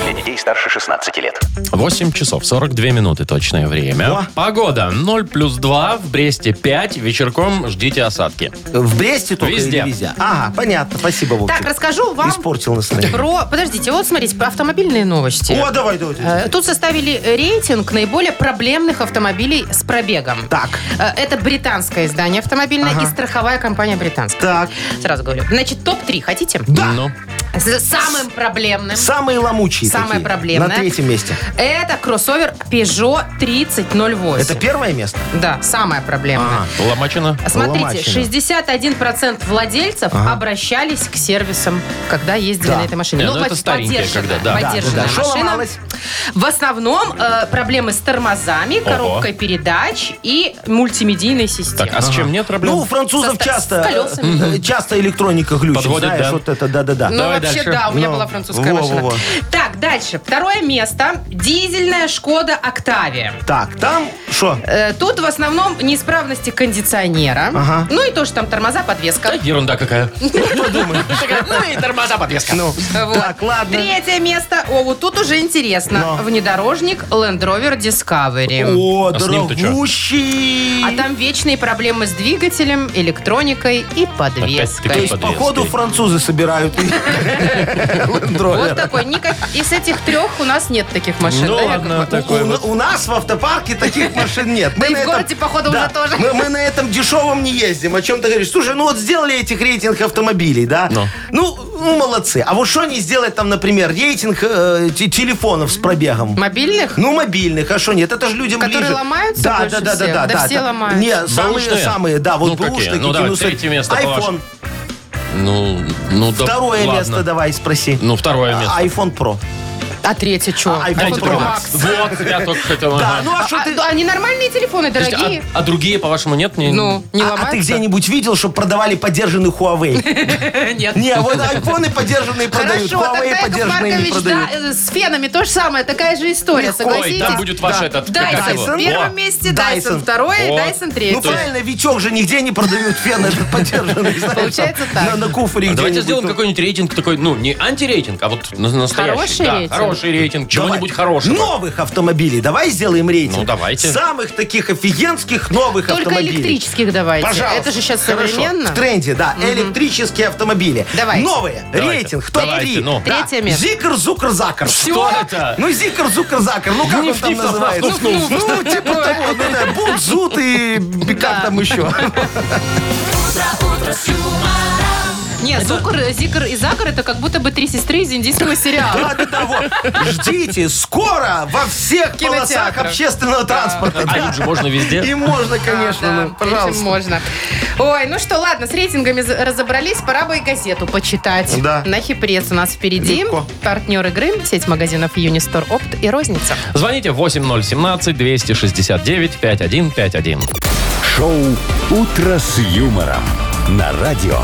[SPEAKER 5] Для детей старше 16 лет.
[SPEAKER 2] 8 часов 42 минуты точное время.
[SPEAKER 4] Во.
[SPEAKER 2] Погода 0 плюс 2, в Бресте 5, вечерком ждите осадки.
[SPEAKER 4] В Бресте только
[SPEAKER 2] Везде.
[SPEAKER 4] или везде? Ага, понятно, спасибо, Вовчик.
[SPEAKER 3] Так, расскажу вам
[SPEAKER 4] Испортил настроение.
[SPEAKER 3] про... Подождите, вот смотрите, про автомобильные новости.
[SPEAKER 4] О, давай, давай. давай.
[SPEAKER 3] Э, Тут составили рейтинг наиболее проблемных автомобилей с пробегом.
[SPEAKER 4] Так,
[SPEAKER 3] Э, Это британское издание автомобильное и страховая компания британская.
[SPEAKER 4] так.
[SPEAKER 3] Сразу говорю. Значит, топ-3 хотите?
[SPEAKER 4] Да.
[SPEAKER 2] Ну,
[SPEAKER 3] С самым проблемным.
[SPEAKER 4] Самые ломучие
[SPEAKER 3] Э, Самое
[SPEAKER 4] такие.
[SPEAKER 3] проблемное.
[SPEAKER 4] На третьем месте.
[SPEAKER 3] Это кроссовер Peugeot 3008.
[SPEAKER 4] Это первое место?
[SPEAKER 3] Да, самая проблемная.
[SPEAKER 4] Ага.
[SPEAKER 2] Ломачина.
[SPEAKER 3] Смотрите,
[SPEAKER 4] ломачина.
[SPEAKER 3] 61% владельцев обращались к сервисам, когда ездили
[SPEAKER 4] Да.
[SPEAKER 3] на этой машине.
[SPEAKER 2] Не, ну это
[SPEAKER 3] под-
[SPEAKER 2] старенькая
[SPEAKER 3] поддержанная,
[SPEAKER 2] когда, да.
[SPEAKER 3] поддержанная
[SPEAKER 4] Да, да, да. Шо
[SPEAKER 3] машина.
[SPEAKER 4] ломалось?
[SPEAKER 3] В основном э, проблемы с тормозами, коробкой передач и мультимедийной системой.
[SPEAKER 2] Так, а с чем нет проблем?
[SPEAKER 4] Ну, у французов
[SPEAKER 3] Со-
[SPEAKER 4] часто,
[SPEAKER 3] с колесами.
[SPEAKER 4] э, часто электроника глючит.
[SPEAKER 2] Подводит,
[SPEAKER 4] знаешь,
[SPEAKER 2] да.
[SPEAKER 4] вот это, да-да-да.
[SPEAKER 3] Ну,
[SPEAKER 2] Давай
[SPEAKER 3] вообще,
[SPEAKER 2] дальше.
[SPEAKER 3] да, у меня
[SPEAKER 4] Ну,
[SPEAKER 3] была французская
[SPEAKER 4] во,
[SPEAKER 3] машина.
[SPEAKER 4] во, во.
[SPEAKER 3] Так, дальше. Второе место. Дизельная Шкода Октавия.
[SPEAKER 4] Так, там что?
[SPEAKER 3] Э, Тут в основном неисправности кондиционера.
[SPEAKER 4] Ага.
[SPEAKER 3] Ну и то, что там тормоза, подвеска.
[SPEAKER 2] Да, ерунда какая.
[SPEAKER 3] Ну и тормоза, подвеска.
[SPEAKER 4] Так, ладно.
[SPEAKER 3] Третье место. О, вот тут уже интересно.
[SPEAKER 4] Но.
[SPEAKER 3] Внедорожник Land Rover Discovery.
[SPEAKER 4] О,
[SPEAKER 2] А с ним-то чё?
[SPEAKER 4] дорогущий.
[SPEAKER 3] А там вечные проблемы с двигателем, электроникой и
[SPEAKER 2] Опять-таки
[SPEAKER 4] То
[SPEAKER 3] подвеской.
[SPEAKER 2] Какой
[SPEAKER 4] есть,
[SPEAKER 2] подвес
[SPEAKER 4] походу,
[SPEAKER 2] стоит?
[SPEAKER 4] французы собирают Land Rover.
[SPEAKER 3] Вот такой. Никак... Из этих трех у нас нет таких машин.
[SPEAKER 2] Ну
[SPEAKER 3] да, Яков
[SPEAKER 2] ладно,
[SPEAKER 3] Маркович?
[SPEAKER 2] такое
[SPEAKER 4] у,
[SPEAKER 2] вот.
[SPEAKER 4] у нас в автопарке таких машин нет.
[SPEAKER 3] Да
[SPEAKER 4] Мы
[SPEAKER 3] и
[SPEAKER 4] на
[SPEAKER 3] в городе, походу, уже
[SPEAKER 4] Да.
[SPEAKER 3] тоже.
[SPEAKER 4] Мы, мы на этом дешевом не ездим. О чем ты говоришь? Слушай, ну вот сделали этих рейтинг автомобилей, да?
[SPEAKER 2] Ну.
[SPEAKER 4] Ну, ну, молодцы. А вот что они сделают там, например, рейтинг э, те- телефонов с пробегом?
[SPEAKER 3] Мобильных?
[SPEAKER 4] Ну, мобильных, а что нет? Это же людям
[SPEAKER 3] Которые
[SPEAKER 4] ближе.
[SPEAKER 3] ломаются
[SPEAKER 4] да,
[SPEAKER 3] больше
[SPEAKER 4] да, да,
[SPEAKER 3] всех?
[SPEAKER 4] да, да,
[SPEAKER 3] Да все ломаются.
[SPEAKER 4] Не, самые,
[SPEAKER 2] Бэушные?
[SPEAKER 4] самые, да,
[SPEAKER 2] Ну,
[SPEAKER 4] вот
[SPEAKER 2] какие?
[SPEAKER 4] бэушные
[SPEAKER 2] Ну,
[SPEAKER 4] какие,
[SPEAKER 2] давай,
[SPEAKER 4] ну, смотри,
[SPEAKER 2] третье место,
[SPEAKER 4] iPhone.
[SPEAKER 2] Ну, ну да,
[SPEAKER 4] Второе
[SPEAKER 2] ладно.
[SPEAKER 4] место давай спроси. А,
[SPEAKER 2] Ну, второе место.
[SPEAKER 4] iPhone Pro.
[SPEAKER 3] А третье что?
[SPEAKER 4] А, iPhone
[SPEAKER 2] Дайте
[SPEAKER 4] Pro
[SPEAKER 2] тогда.
[SPEAKER 4] Max.
[SPEAKER 2] Вот, я только хотел.
[SPEAKER 4] Да,
[SPEAKER 2] ага.
[SPEAKER 4] ну а что ты...
[SPEAKER 3] они нормальные телефоны,
[SPEAKER 2] То есть, а-
[SPEAKER 3] дорогие.
[SPEAKER 2] а, другие, по-вашему, нет? Не-
[SPEAKER 3] Ну, не
[SPEAKER 4] А-
[SPEAKER 3] ломаются?
[SPEAKER 4] А ты где-нибудь видел, что продавали подержанный Huawei?
[SPEAKER 3] Нет.
[SPEAKER 4] Не, а вот айфоны подержанные продают,
[SPEAKER 3] Хорошо, тогда
[SPEAKER 4] Huawei
[SPEAKER 3] Яков
[SPEAKER 4] подержанные не
[SPEAKER 3] Маркович, да,
[SPEAKER 4] продают.
[SPEAKER 3] э, с фенами то же самое, такая же история,
[SPEAKER 4] Легко,
[SPEAKER 2] Ой,
[SPEAKER 3] согласитесь?
[SPEAKER 2] там будет ваш
[SPEAKER 4] Да.
[SPEAKER 2] этот... как
[SPEAKER 3] Дайсон
[SPEAKER 2] его?
[SPEAKER 3] в
[SPEAKER 2] О,
[SPEAKER 3] первом месте, Дайсон
[SPEAKER 4] Дайсон.
[SPEAKER 3] второе,
[SPEAKER 2] О.
[SPEAKER 3] Дайсон
[SPEAKER 4] Ну
[SPEAKER 3] третье.
[SPEAKER 4] правильно, Витек же нигде не продают фен этот подержанный. знаешь,
[SPEAKER 3] Получается
[SPEAKER 4] там,
[SPEAKER 3] так.
[SPEAKER 4] На на куфоре
[SPEAKER 2] А Давайте
[SPEAKER 4] где-нибудь.
[SPEAKER 2] сделаем
[SPEAKER 4] Ну,
[SPEAKER 2] какой-нибудь рейтинг такой, ну, не антирейтинг, а вот на- настоящий.
[SPEAKER 3] Хороший
[SPEAKER 2] да,
[SPEAKER 3] рейтинг.
[SPEAKER 2] Хороший рейтинг, чего-нибудь
[SPEAKER 4] давай.
[SPEAKER 2] хорошего.
[SPEAKER 4] Новых автомобилей. Давай сделаем рейтинг.
[SPEAKER 2] Ну, давайте.
[SPEAKER 4] Самых таких офигенских новых
[SPEAKER 3] Только
[SPEAKER 4] автомобилей.
[SPEAKER 3] электрических давайте.
[SPEAKER 4] Пожалуйста.
[SPEAKER 3] Это же сейчас
[SPEAKER 4] Хорошо.
[SPEAKER 3] современно.
[SPEAKER 4] В тренде, да. Электрические автомобили.
[SPEAKER 3] Давай.
[SPEAKER 4] Новые.
[SPEAKER 2] Давайте.
[SPEAKER 4] Рейтинг.
[SPEAKER 2] Давайте,
[SPEAKER 4] Топ-3.
[SPEAKER 2] ну.
[SPEAKER 3] Третье место.
[SPEAKER 4] Зикр, зукр, закр.
[SPEAKER 2] Что это?
[SPEAKER 4] Ну, зикр, зукр, закр. Ну, как он там
[SPEAKER 2] Ниф-ниф,
[SPEAKER 4] называется?
[SPEAKER 2] наф-наф-наф-наф.
[SPEAKER 4] Ну, ну, типа того. ну, да, Бут, зут и как там еще.
[SPEAKER 8] Утро, утро с юмором.
[SPEAKER 3] Не, Зукр,
[SPEAKER 4] ну-
[SPEAKER 3] Зикр и Закр это как будто бы три сестры из индийского сериала.
[SPEAKER 4] Ладно того, ждите, скоро во всех полосах
[SPEAKER 3] Кинотеатрах.
[SPEAKER 4] общественного транспорта.
[SPEAKER 2] А им же можно
[SPEAKER 4] И
[SPEAKER 2] везде.
[SPEAKER 4] можно,
[SPEAKER 3] Да,
[SPEAKER 4] конечно, ну,
[SPEAKER 3] этим
[SPEAKER 4] пожалуйста.
[SPEAKER 3] можно. Ой, ну что, ладно, с рейтингами за- разобрались. Пора бы и газету почитать.
[SPEAKER 4] Да.
[SPEAKER 3] На хипрец у нас впереди.
[SPEAKER 4] Легко.
[SPEAKER 3] Партнер игры, сеть магазинов Юнистор Опт и Розница.
[SPEAKER 2] Звоните 8017-269-5151.
[SPEAKER 1] Шоу «Утро с юмором» на радио.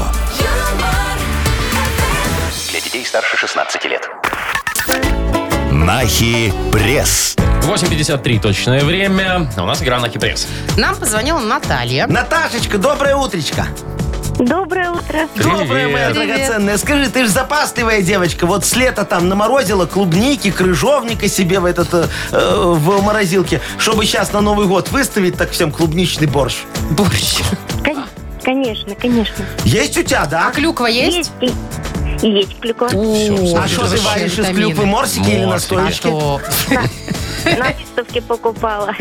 [SPEAKER 5] Для детей старше 16 лет.
[SPEAKER 1] Нахи пресс.
[SPEAKER 2] 8.53 точное время. А У нас игра на хипресс.
[SPEAKER 3] Нам позвонила Наталья.
[SPEAKER 4] Наташечка, доброе утречко.
[SPEAKER 6] Доброе утро.
[SPEAKER 4] Доброе, моя
[SPEAKER 3] Привет.
[SPEAKER 4] драгоценная. Скажи, ты же запасливая девочка. Вот с лета там наморозила клубники, крыжовника себе в этот э, э, в морозилке, чтобы сейчас на Новый год выставить так всем клубничный Ну, борщ.
[SPEAKER 3] Борщ.
[SPEAKER 6] Кон- Конечно, конечно.
[SPEAKER 4] Есть у тебя,
[SPEAKER 3] А
[SPEAKER 4] да?
[SPEAKER 3] клюква есть?
[SPEAKER 6] и- есть клюква.
[SPEAKER 4] А что ты
[SPEAKER 3] Вообще
[SPEAKER 4] варишь из
[SPEAKER 3] витамины.
[SPEAKER 4] клюквы? Морсики или
[SPEAKER 2] Морсики.
[SPEAKER 3] А
[SPEAKER 4] настойки?
[SPEAKER 3] что?
[SPEAKER 6] На выставке покупала.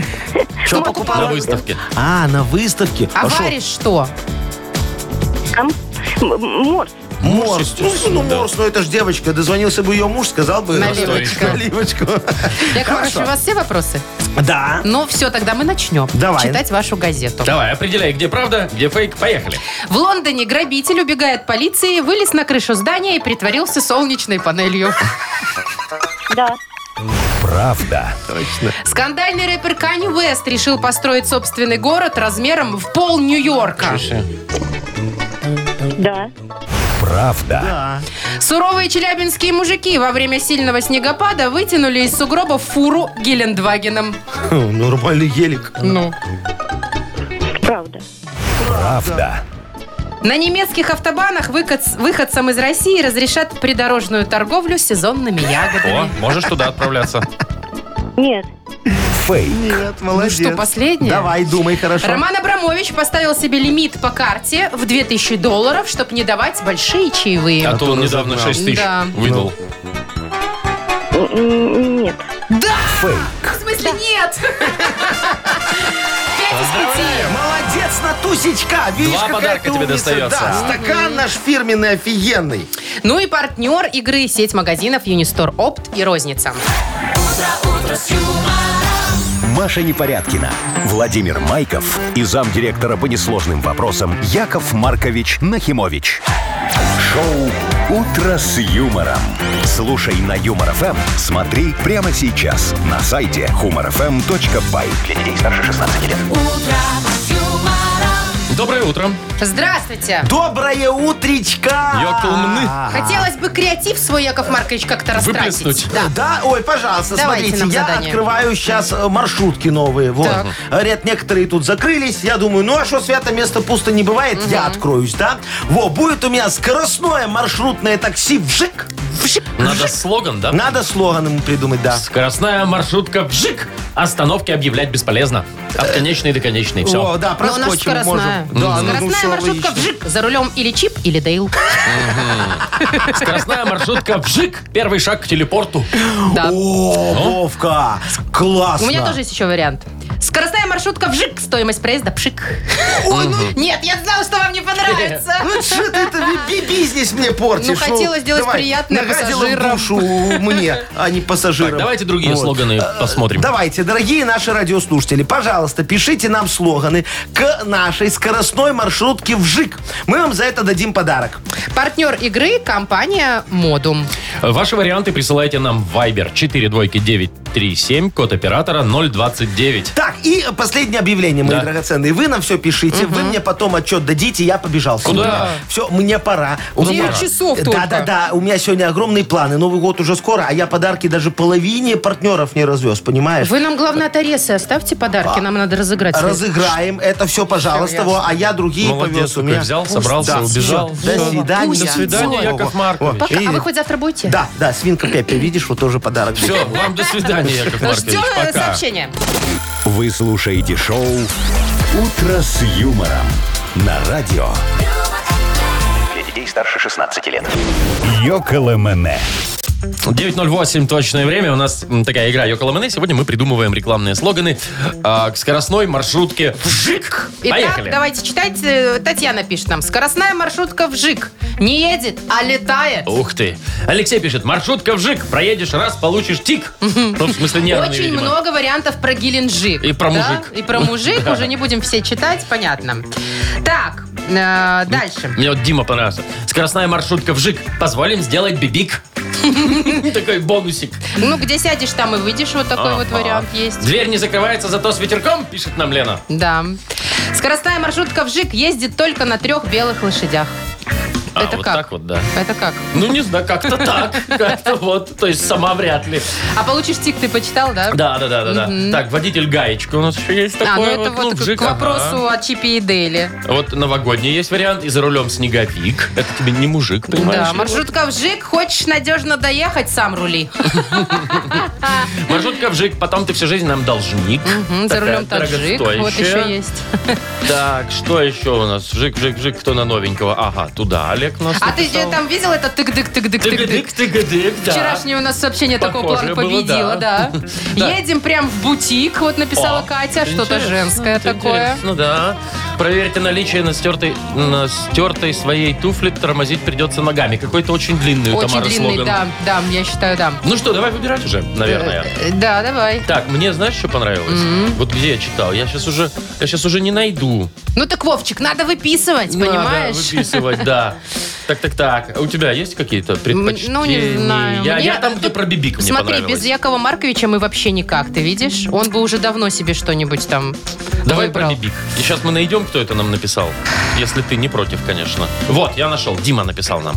[SPEAKER 4] Что
[SPEAKER 2] На
[SPEAKER 4] покупала?
[SPEAKER 2] выставке.
[SPEAKER 4] А, на выставке.
[SPEAKER 3] А
[SPEAKER 4] шо,
[SPEAKER 3] варишь что?
[SPEAKER 6] Там м- м- морс.
[SPEAKER 4] Морс. Ну, ну, морс, ну это же девочка. Дозвонился бы ее муж, сказал бы...
[SPEAKER 3] Наливочка.
[SPEAKER 4] Наливочку.
[SPEAKER 3] Яков Маркович,
[SPEAKER 4] Хорошо.
[SPEAKER 3] у вас все вопросы?
[SPEAKER 4] Да.
[SPEAKER 3] Ну все, тогда мы начнем
[SPEAKER 4] Давай.
[SPEAKER 3] читать вашу газету.
[SPEAKER 2] Давай, определяй, где правда, где фейк. Поехали.
[SPEAKER 3] В Лондоне грабитель убегает от полиции, вылез на крышу здания и притворился солнечной панелью.
[SPEAKER 6] Да.
[SPEAKER 1] Правда.
[SPEAKER 3] Скандальный рэпер Канни Уэст решил построить собственный город размером в пол Нью-Йорка.
[SPEAKER 6] Да.
[SPEAKER 1] Правда.
[SPEAKER 3] Суровые челябинские мужики во время сильного снегопада вытянули из сугроба фуру Гелендвагеном.
[SPEAKER 4] Нормальный гелик.
[SPEAKER 3] Ну.
[SPEAKER 6] Правда.
[SPEAKER 1] Правда.
[SPEAKER 3] На немецких автобанах выкат- выходцам из России разрешат придорожную торговлю сезонными
[SPEAKER 2] О,
[SPEAKER 3] ягодами.
[SPEAKER 2] можешь туда отправляться.
[SPEAKER 6] Нет.
[SPEAKER 1] Фейк.
[SPEAKER 4] Нет, молодец.
[SPEAKER 3] Ну что, последнее?
[SPEAKER 4] Давай, думай хорошо.
[SPEAKER 3] Роман Абрамович поставил себе лимит по карте в 2000 долларов, чтобы не давать большие чаевые.
[SPEAKER 2] А то он недавно
[SPEAKER 4] разобрал.
[SPEAKER 2] 6 тысяч
[SPEAKER 3] Да.
[SPEAKER 2] выдал.
[SPEAKER 6] М- м- Нет.
[SPEAKER 3] В смысле, нет! Пять из пяти.
[SPEAKER 4] Молодец, Натусечка! Видишь,
[SPEAKER 2] Два
[SPEAKER 4] какая
[SPEAKER 2] подарка
[SPEAKER 4] ты
[SPEAKER 2] тебе
[SPEAKER 4] умница.
[SPEAKER 2] достается.
[SPEAKER 4] Да, стакан наш фирменный, офигенный.
[SPEAKER 3] Ну и партнер игры сеть магазинов Юнистор Опт и Розница.
[SPEAKER 1] Маша Непорядкина, Владимир Майков и замдиректора по несложным вопросам Яков Маркович Нахимович. Шоу «Утро с юмором». Слушай на Юмор ФМ, смотри прямо сейчас на сайте humorfm.by.
[SPEAKER 5] Для детей старше 16 лет.
[SPEAKER 2] Доброе утро.
[SPEAKER 3] Здравствуйте!
[SPEAKER 4] Доброе утречка!
[SPEAKER 2] Ёкалмны.
[SPEAKER 3] Хотелось бы креатив свой, Яков Маркович, как-то растратить.
[SPEAKER 2] Выплеснуть.
[SPEAKER 4] Да. ой, пожалуйста,
[SPEAKER 3] Давайте
[SPEAKER 4] смотрите,
[SPEAKER 3] нам
[SPEAKER 4] я
[SPEAKER 3] задание.
[SPEAKER 4] открываю сейчас маршрутки новые. Вот.
[SPEAKER 3] Так.
[SPEAKER 4] Говорят, некоторые тут закрылись. Я думаю, ну а что, свято место пусто не бывает, я откроюсь, да? Во, будет у меня скоростное маршрутное такси вжик.
[SPEAKER 2] Надо слоган, да?
[SPEAKER 4] Надо слоган ему придумать, да.
[SPEAKER 2] Скоростная маршрутка вжик. Остановки объявлять бесполезно. От конечной до конечной. Все.
[SPEAKER 4] О, да,
[SPEAKER 3] Но у нас
[SPEAKER 4] проскочим,
[SPEAKER 3] скоростная.
[SPEAKER 4] можем. Да, ну, ну,
[SPEAKER 3] скоростная
[SPEAKER 4] всё,
[SPEAKER 3] маршрутка
[SPEAKER 4] логично.
[SPEAKER 3] вжик. За рулем или Чип, или Дейл.
[SPEAKER 2] Скоростная маршрутка вжик. Первый шаг к телепорту.
[SPEAKER 3] Да.
[SPEAKER 4] О, Вовка, классно.
[SPEAKER 3] У меня тоже есть еще вариант. Скоростная маршрутка вжик. Стоимость проезда пшик. Нет, я знала, что вам не понравится.
[SPEAKER 4] Ну что ты это ви- би- бизнес мне портишь?
[SPEAKER 3] Ну, хотела сделать приятное
[SPEAKER 4] нагадила
[SPEAKER 3] пассажирам.
[SPEAKER 4] в душу мне, а не пассажирам.
[SPEAKER 2] Так, давайте другие
[SPEAKER 4] Вот. Э,
[SPEAKER 2] слоганы посмотрим.
[SPEAKER 4] Давайте, дорогие наши радиослушатели, пожалуйста, пишите нам слоганы к нашей скоростной маршрутке «Вжик». Мы вам за это дадим подарок.
[SPEAKER 3] Партнер игры – компания «Модум».
[SPEAKER 2] Ваши варианты присылайте нам в Viber 42937, код оператора 029.
[SPEAKER 4] Так, и последнее объявление, мои
[SPEAKER 2] Да.
[SPEAKER 4] драгоценные. Вы нам все пишите, вы мне потом отчет дадите, я побежал.
[SPEAKER 2] Куда?
[SPEAKER 4] Все, мне пора. У
[SPEAKER 3] Девять
[SPEAKER 4] меня-
[SPEAKER 3] часов только.
[SPEAKER 4] Да-да-да, у меня сегодня огромные планы. Новый год уже скоро, а я подарки даже половине партнеров не развез, понимаешь?
[SPEAKER 3] Вы нам, главное, от Аресы оставьте подарки. Нам надо разыграть.
[SPEAKER 4] Разыграем это все, пожалуйста,
[SPEAKER 3] ясно.
[SPEAKER 4] во, а я другие
[SPEAKER 2] Молодец,
[SPEAKER 4] повез. У
[SPEAKER 2] такой
[SPEAKER 4] меня
[SPEAKER 2] взял,
[SPEAKER 4] пусть-
[SPEAKER 2] собрался,
[SPEAKER 4] да,
[SPEAKER 2] убежал.
[SPEAKER 4] всё. До
[SPEAKER 3] Вова,
[SPEAKER 4] свидания.
[SPEAKER 3] пусть. До
[SPEAKER 2] свидания,
[SPEAKER 4] Всё.
[SPEAKER 2] Яков
[SPEAKER 4] О,
[SPEAKER 2] Маркович.
[SPEAKER 3] Пока. А
[SPEAKER 4] видите?
[SPEAKER 3] вы хоть завтра будете?
[SPEAKER 4] Да, да, свинка Пеппи, видишь, вот тоже подарок.
[SPEAKER 2] Все, вам до свидания, Яков
[SPEAKER 3] Ну,
[SPEAKER 2] Маркович.
[SPEAKER 3] ждем э,
[SPEAKER 2] Пока.
[SPEAKER 3] сообщения.
[SPEAKER 1] Вы слушаете шоу «Утро с юмором» на радио
[SPEAKER 5] Для детей старше 16 лет.
[SPEAKER 1] «Йоколэмэне».
[SPEAKER 2] 9.08 точное время. У нас м, такая игра Йоколомане. Сегодня мы придумываем рекламные слоганы а, к скоростной маршрутке «Вжик».
[SPEAKER 3] Итак,
[SPEAKER 2] Поехали.
[SPEAKER 3] давайте читать. Э, Татьяна пишет нам. Скоростная маршрутка вжик. Не едет, а летает.
[SPEAKER 2] Ух ты. Алексей пишет, маршрутка «Вжик». Проедешь раз, получишь тик. Ну, в смысле нервный,
[SPEAKER 3] Очень
[SPEAKER 2] видимо.
[SPEAKER 3] много вариантов про Геленджик.
[SPEAKER 2] И про
[SPEAKER 3] Да?
[SPEAKER 2] мужик.
[SPEAKER 3] И про мужик уже не будем все читать, понятно. Так, э, дальше.
[SPEAKER 2] Мне вот Дима понравился. Скоростная маршрутка «Вжик». Позволим сделать бибик. Такой бонусик.
[SPEAKER 3] Ну, где сядешь, там и выйдешь. Вот такой вот
[SPEAKER 2] Ага.
[SPEAKER 3] вариант есть.
[SPEAKER 2] Дверь не закрывается, зато с ветерком, пишет нам Лена.
[SPEAKER 3] Да. Скоростная маршрутка вжик ездит только на трех белых лошадях.
[SPEAKER 2] А,
[SPEAKER 3] Это
[SPEAKER 2] вот
[SPEAKER 3] как?
[SPEAKER 2] так вот, да.
[SPEAKER 3] Это как?
[SPEAKER 2] Ну, не знаю, как-то так. Как-то вот. То есть сама вряд ли.
[SPEAKER 3] А получишь тик ты почитал, да?
[SPEAKER 2] Да, да, да, да, да.
[SPEAKER 3] Мгм.
[SPEAKER 2] Так, водитель гаечка у нас еще есть
[SPEAKER 3] А, ну
[SPEAKER 2] такой.
[SPEAKER 3] это вот к-
[SPEAKER 2] вжик,
[SPEAKER 3] к вопросу о Чипе и Дейли.
[SPEAKER 2] ага. Вот новогодний есть вариант, и за рулем снеговик. Это тебе не мужик, понимаешь?
[SPEAKER 3] Да, маршрутка вжик, хочешь надежно доехать, сам рули.
[SPEAKER 2] Маршрутка вжик, потом ты всю жизнь нам должник.
[SPEAKER 3] Мгм, За
[SPEAKER 2] Такая
[SPEAKER 3] рулем таджик, вот
[SPEAKER 2] дорогостоящая.
[SPEAKER 3] еще есть.
[SPEAKER 2] Так, что еще у нас? Жик, жик, жик, кто на новенького? Ага, туда Олег у нас
[SPEAKER 3] А ты
[SPEAKER 2] написал.
[SPEAKER 3] же там видел это тык-дык-тык-тык-тык?
[SPEAKER 2] Тыгадык, тыгадык, да.
[SPEAKER 3] Вчерашнее у нас сообщение такого
[SPEAKER 2] Похоже
[SPEAKER 3] плана
[SPEAKER 2] было,
[SPEAKER 3] победило,
[SPEAKER 2] да.
[SPEAKER 3] да.
[SPEAKER 2] Да.
[SPEAKER 3] Едем прям в бутик, вот написала
[SPEAKER 2] О,
[SPEAKER 3] Катя, что-то
[SPEAKER 2] интересно,
[SPEAKER 3] женское
[SPEAKER 2] это
[SPEAKER 3] такое.
[SPEAKER 2] Интересно, да. Проверьте наличие на стертой, на стертой своей туфли тормозить придется ногами. Какой-то очень длинный у
[SPEAKER 3] Очень
[SPEAKER 2] Тамары
[SPEAKER 3] длинный,
[SPEAKER 2] слоган.
[SPEAKER 3] да, да, я считаю, да.
[SPEAKER 2] Ну что, давай выбирать уже, наверное.
[SPEAKER 3] Э, э, Да, давай.
[SPEAKER 2] Так, мне знаешь, что понравилось? Вот где я читал? Я сейчас уже, я сейчас уже не найду.
[SPEAKER 3] Ну так, Вовчик, надо выписывать,
[SPEAKER 2] Надо
[SPEAKER 3] понимаешь?
[SPEAKER 2] Ну, выписывать, да. Так, так, так. А У тебя есть какие-то предпочтения?
[SPEAKER 3] Ну, не знаю.
[SPEAKER 2] Я,
[SPEAKER 3] Мне-
[SPEAKER 2] я там, где
[SPEAKER 3] тут-
[SPEAKER 2] про Бибик мне
[SPEAKER 3] Смотри,
[SPEAKER 2] понравилось.
[SPEAKER 3] без Якова Марковича мы вообще никак, ты видишь? Он бы уже давно себе что-нибудь там
[SPEAKER 2] Давай про
[SPEAKER 3] выбрал.
[SPEAKER 2] Бибик. И сейчас мы найдем, кто это нам написал. Если ты не против, конечно. Вот, я нашел. Дима написал нам.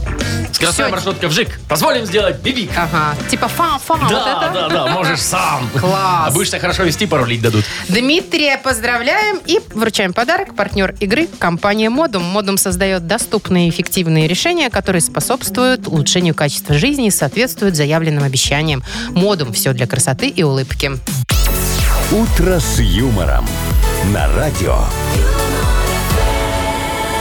[SPEAKER 2] Скоростная
[SPEAKER 3] Всё.
[SPEAKER 2] маршрутка вжик. Позволим сделать Бибик.
[SPEAKER 3] Ага, типа фа-фа,
[SPEAKER 2] да,
[SPEAKER 3] вот это.
[SPEAKER 2] да, да, можешь сам.
[SPEAKER 3] Класс.
[SPEAKER 2] А будешь-то хорошо вести, порулить дадут.
[SPEAKER 3] Дмитрия поздравляем и вручаем подарок. Партнер игры – компания «Модум». «Модум» создает доступные и эффективные решения, которые способствуют улучшению качества жизни и соответствуют заявленным обещаниям. «Модум» – все для красоты и улыбки.
[SPEAKER 1] «Утро с юмором» на радио.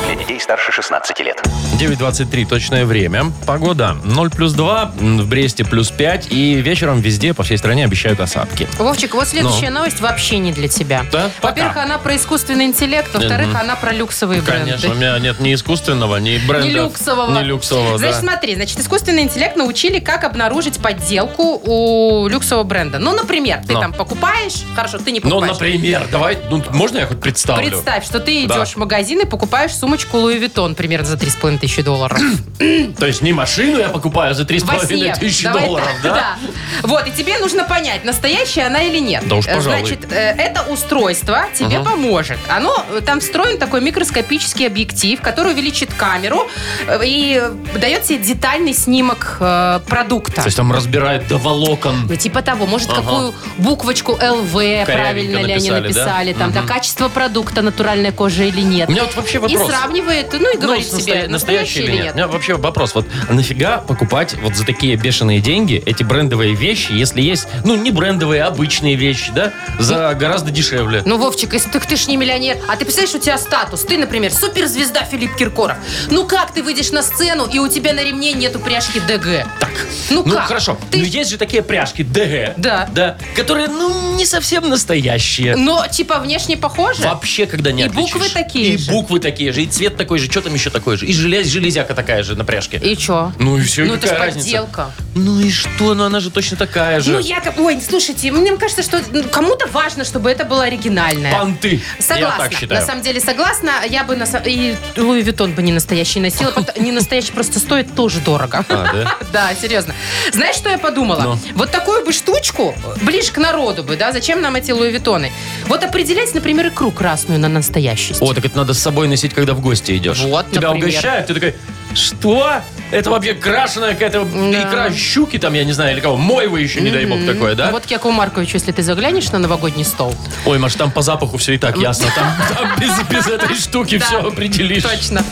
[SPEAKER 5] Для детей старше 16 лет.
[SPEAKER 2] 9.23 точное время. Погода 0 плюс 2, в Бресте плюс 5. И вечером везде по всей стране обещают осадки.
[SPEAKER 3] Вовчик, вот следующая новость вообще не для тебя.
[SPEAKER 2] Ну. Да?
[SPEAKER 3] Во-первых,
[SPEAKER 2] Пока.
[SPEAKER 3] она про искусственный интеллект, во-вторых, она про люксовые
[SPEAKER 2] Конечно, у
[SPEAKER 3] бренды.
[SPEAKER 2] меня нет ни искусственного, ни бренда.
[SPEAKER 3] Не люксового.
[SPEAKER 2] Не люксового,
[SPEAKER 3] Значит,
[SPEAKER 2] да.
[SPEAKER 3] смотри, значит, искусственный интеллект научили, как обнаружить подделку у люксового бренда. Ну, например, ты
[SPEAKER 2] Ну.
[SPEAKER 3] там покупаешь, хорошо, ты не
[SPEAKER 2] Ну,
[SPEAKER 3] покупаешь.
[SPEAKER 2] например, давай, ну, можно я хоть представлю?
[SPEAKER 3] Представь, что ты идешь
[SPEAKER 2] Да.
[SPEAKER 3] в магазин и покупаешь сумочку Луи Виттон примерно за 3,5 тысячи долларов.
[SPEAKER 2] То есть не машину я покупаю за
[SPEAKER 3] Во сне.
[SPEAKER 2] 3,5 тысячи
[SPEAKER 3] Давай
[SPEAKER 2] долларов,
[SPEAKER 3] так,
[SPEAKER 2] да?
[SPEAKER 3] да. Вот, и тебе нужно понять, настоящая она или нет.
[SPEAKER 2] Да уж,
[SPEAKER 3] Э,
[SPEAKER 2] пожалуй.
[SPEAKER 3] Значит, э, это устройство тебе поможет. Оно, э, там встроен такой микроскопический объектив, который увеличит камеру э, и э, дает тебе детальный снимок э, продукта.
[SPEAKER 2] То есть там разбирают до волокон.
[SPEAKER 3] Ну, Типа того, может,
[SPEAKER 2] Ага.
[SPEAKER 3] какую буквочку ЛВ правильно ли
[SPEAKER 2] написали,
[SPEAKER 3] они
[SPEAKER 2] да?
[SPEAKER 3] написали, там,
[SPEAKER 2] Мгм.
[SPEAKER 3] да, качество продукта, натуральная кожа или нет.
[SPEAKER 2] У меня вот вообще
[SPEAKER 3] И
[SPEAKER 2] вопрос.
[SPEAKER 3] сравнивает, ну и
[SPEAKER 2] Ну,
[SPEAKER 3] говорит
[SPEAKER 2] с
[SPEAKER 3] тебе,
[SPEAKER 2] насто- настоящий или нет? У меня
[SPEAKER 3] нет.
[SPEAKER 2] вообще вопрос. Вот а нафига покупать вот за такие бешеные деньги эти брендовые вещи, если есть, ну, не брендовые, а обычные вещи, да, за гораздо дешевле?
[SPEAKER 3] Ну, Вовчик, если ты, ты ж не миллионер, а ты представляешь, у тебя статус, ты, например, суперзвезда Филипп Киркоров. Ну как ты выйдешь на сцену, и у тебя на ремне нету пряжки ДГ?
[SPEAKER 2] Так.
[SPEAKER 3] Ну как?
[SPEAKER 2] хорошо.
[SPEAKER 3] Ты-
[SPEAKER 2] Ну, есть же такие пряжки ДГ.
[SPEAKER 3] Да.
[SPEAKER 2] Да. Которые, ну, не совсем настоящие.
[SPEAKER 3] Но, типа, внешне похоже?
[SPEAKER 2] Вообще, когда не
[SPEAKER 3] И
[SPEAKER 2] отличишь.
[SPEAKER 3] буквы такие
[SPEAKER 2] И
[SPEAKER 3] же.
[SPEAKER 2] буквы такие же, и цвет такой же, что там еще такое же. И желез, железяка такая же на пряжке.
[SPEAKER 3] И чё?
[SPEAKER 2] Ну и все,
[SPEAKER 3] Ну, это
[SPEAKER 2] какая
[SPEAKER 3] ж
[SPEAKER 2] разница?
[SPEAKER 3] подделка.
[SPEAKER 2] Ну и что? Ну она же точно такая же.
[SPEAKER 3] Ну, Яков, ой, слушайте, мне кажется, что ну, кому-то важно, чтобы это было оригинальное.
[SPEAKER 2] Понты.
[SPEAKER 3] Согласна.
[SPEAKER 2] Я так считаю.
[SPEAKER 3] На самом деле согласна. Я бы на са- и Луи Виттон бы не настоящий носила. пот- Не настоящий просто стоит тоже дорого.
[SPEAKER 2] А, да?
[SPEAKER 3] Да, серьезно. Знаешь, что я подумала?
[SPEAKER 2] Ну.
[SPEAKER 3] Вот такую бы штучку, ближе к народу бы, да, зачем нам эти Луи Виттоны? Вот определять, например, икру красную на настоящесть.
[SPEAKER 2] О, так это надо с собой носить, когда в гости идешь.
[SPEAKER 3] Вот,
[SPEAKER 2] Тебя
[SPEAKER 3] например.
[SPEAKER 2] угощают, ты такой, что? Это вообще крашеная какая-то
[SPEAKER 3] Да.
[SPEAKER 2] икра щуки там, я не знаю, или кого, мойвы еще, не дай бог, такое, да?
[SPEAKER 3] А Вот к Якову Марковичу, если ты заглянешь на новогодний стол.
[SPEAKER 2] Ой, Маш, там по запаху все и так ясно. Там, там без, без этой штуки
[SPEAKER 3] Да.
[SPEAKER 2] все определишь.
[SPEAKER 3] Точно.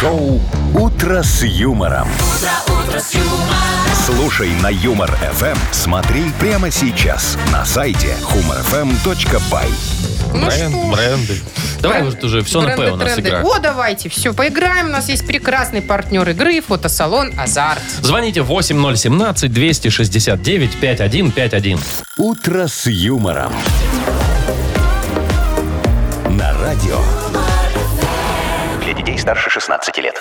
[SPEAKER 1] Шоу «Утро с юмором». Слушай на Юмор Эм, ФМ. Смотри прямо сейчас на сайте humorfm.by.
[SPEAKER 2] Брен-
[SPEAKER 3] Ну что ж.
[SPEAKER 2] бренды. Давай
[SPEAKER 3] Брен-
[SPEAKER 2] вот уже все на П у нас
[SPEAKER 3] бренды-тренды.
[SPEAKER 2] игра.
[SPEAKER 3] О, давайте, все, поиграем. У нас есть прекрасный партнер игры, фотосалон «Азарт».
[SPEAKER 2] Звоните 8017-269-5151.
[SPEAKER 1] «Утро с юмором». На радио.
[SPEAKER 5] Для детей старше 16 лет.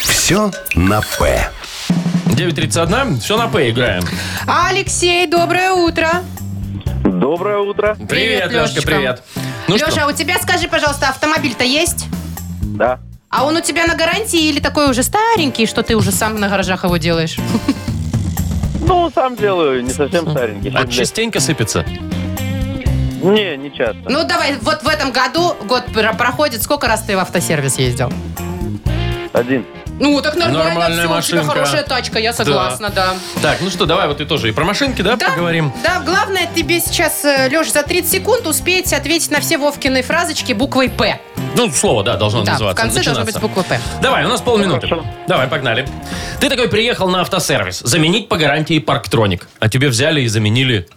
[SPEAKER 1] Все на «П».
[SPEAKER 2] 9.31, все на П играем.
[SPEAKER 3] Алексей, доброе утро.
[SPEAKER 7] Доброе утро.
[SPEAKER 2] Привет,
[SPEAKER 3] Привет,
[SPEAKER 2] Лешка,
[SPEAKER 3] Лешечка.
[SPEAKER 2] привет. Ну
[SPEAKER 3] Леша,
[SPEAKER 2] что,
[SPEAKER 3] а у тебя, скажи, пожалуйста, автомобиль-то есть?
[SPEAKER 7] Да.
[SPEAKER 3] А он у тебя на гарантии или такой уже старенький, что ты уже сам на гаражах его делаешь?
[SPEAKER 7] Ну, сам делаю, не совсем старенький.
[SPEAKER 2] а частенько сыпется?
[SPEAKER 7] Не, не часто.
[SPEAKER 3] Ну, давай, вот в этом году год про- проходит. Сколько раз ты в автосервис ездил?
[SPEAKER 7] Один.
[SPEAKER 3] Ну, так нормально
[SPEAKER 2] Нормальная
[SPEAKER 3] всё, У
[SPEAKER 2] машинка.
[SPEAKER 3] тебя хорошая тачка, я согласна, да.
[SPEAKER 2] Так, ну что, давай вот и тоже и про машинки, да,
[SPEAKER 3] Да,
[SPEAKER 2] поговорим?
[SPEAKER 3] Да, главное тебе сейчас, э, Лёш, за 30 секунд успеть ответить на все Вовкины фразочки буквой «П».
[SPEAKER 2] Ну, слово, да, должно
[SPEAKER 3] Да, в
[SPEAKER 2] называться.
[SPEAKER 3] конце должна быть
[SPEAKER 2] начинаться.
[SPEAKER 3] буква «П».
[SPEAKER 2] Давай, у нас полминуты.
[SPEAKER 7] Хорошо.
[SPEAKER 2] Давай, погнали. Ты такой приехал на автосервис. Заменить по гарантии парктроник. А тебе взяли и заменили.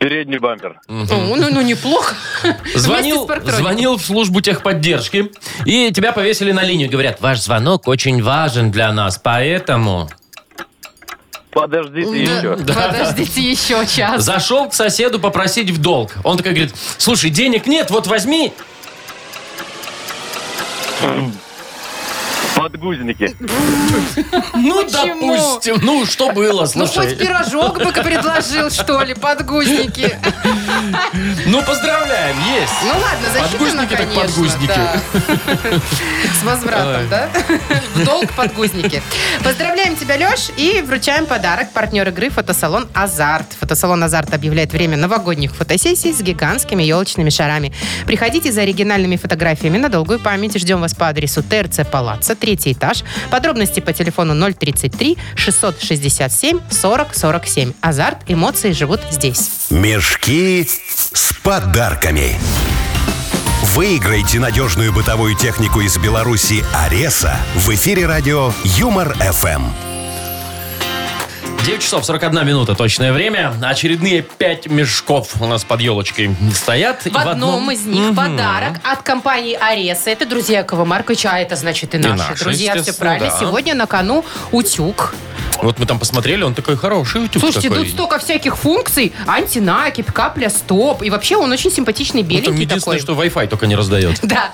[SPEAKER 7] Передний бампер.
[SPEAKER 3] Ну, ну, ну, неплохо.
[SPEAKER 2] Звонил,
[SPEAKER 3] Вместе с парктроником.
[SPEAKER 2] звонил в службу техподдержки. И тебя повесили на линию. Говорят, ваш звонок очень важен для нас, поэтому...
[SPEAKER 7] Подождите еще.
[SPEAKER 3] Подождите еще час.
[SPEAKER 2] Зашел к соседу попросить в долг. Он такой говорит, слушай, денег нет, вот возьми.
[SPEAKER 7] Подгузники.
[SPEAKER 2] Ну,
[SPEAKER 3] Почему?
[SPEAKER 2] допустим. Ну, что было,
[SPEAKER 3] Ну, хоть
[SPEAKER 2] слушай.
[SPEAKER 3] пирожок бы предложил, что ли, подгузники.
[SPEAKER 2] Ну, поздравляем, есть.
[SPEAKER 3] Ну ладно, засчитано,
[SPEAKER 2] Подгузники так
[SPEAKER 3] конечно.
[SPEAKER 2] подгузники.
[SPEAKER 3] да. С возвратом, да? В долг подгузники. Поздравляем тебя, Леш, и вручаем подарок. Партнер игры фотосалон «Азарт». Фотосалон «Азарт» объявляет время новогодних фотосессий с гигантскими елочными шарами. Приходите за оригинальными фотографиями на долгую память. Ждем вас по адресу ТРЦ Палаца, третий этаж. Подробности по телефону 033 667 40 47. «Азарт» эмоции живут здесь.
[SPEAKER 1] Мешки с подарками. Выиграйте надежную бытовую технику из Беларуси «Ареса» в эфире радио Эм». «Юмор-ФМ».
[SPEAKER 2] 9 часов 41 минута точное время. Очередные 5 мешков у нас под елочкой стоят. И
[SPEAKER 3] В одном из них подарок от компании Ареса. Это друзья Якова Марковича, а это значит и наши.
[SPEAKER 2] наши,
[SPEAKER 3] друзья, все
[SPEAKER 2] естественно,
[SPEAKER 3] правильно.
[SPEAKER 2] да.
[SPEAKER 3] Сегодня на кону утюг.
[SPEAKER 2] Вот мы там посмотрели, он такой хороший утюг
[SPEAKER 3] Слушайте, ну
[SPEAKER 2] такой. Ну,
[SPEAKER 3] тут столько всяких функций. Антинакипь, капля стоп. И вообще он очень симпатичный,
[SPEAKER 2] Ну, там
[SPEAKER 3] беленький
[SPEAKER 2] единственное,
[SPEAKER 3] такой.
[SPEAKER 2] что Wi-Fi только не раздает.
[SPEAKER 3] Да.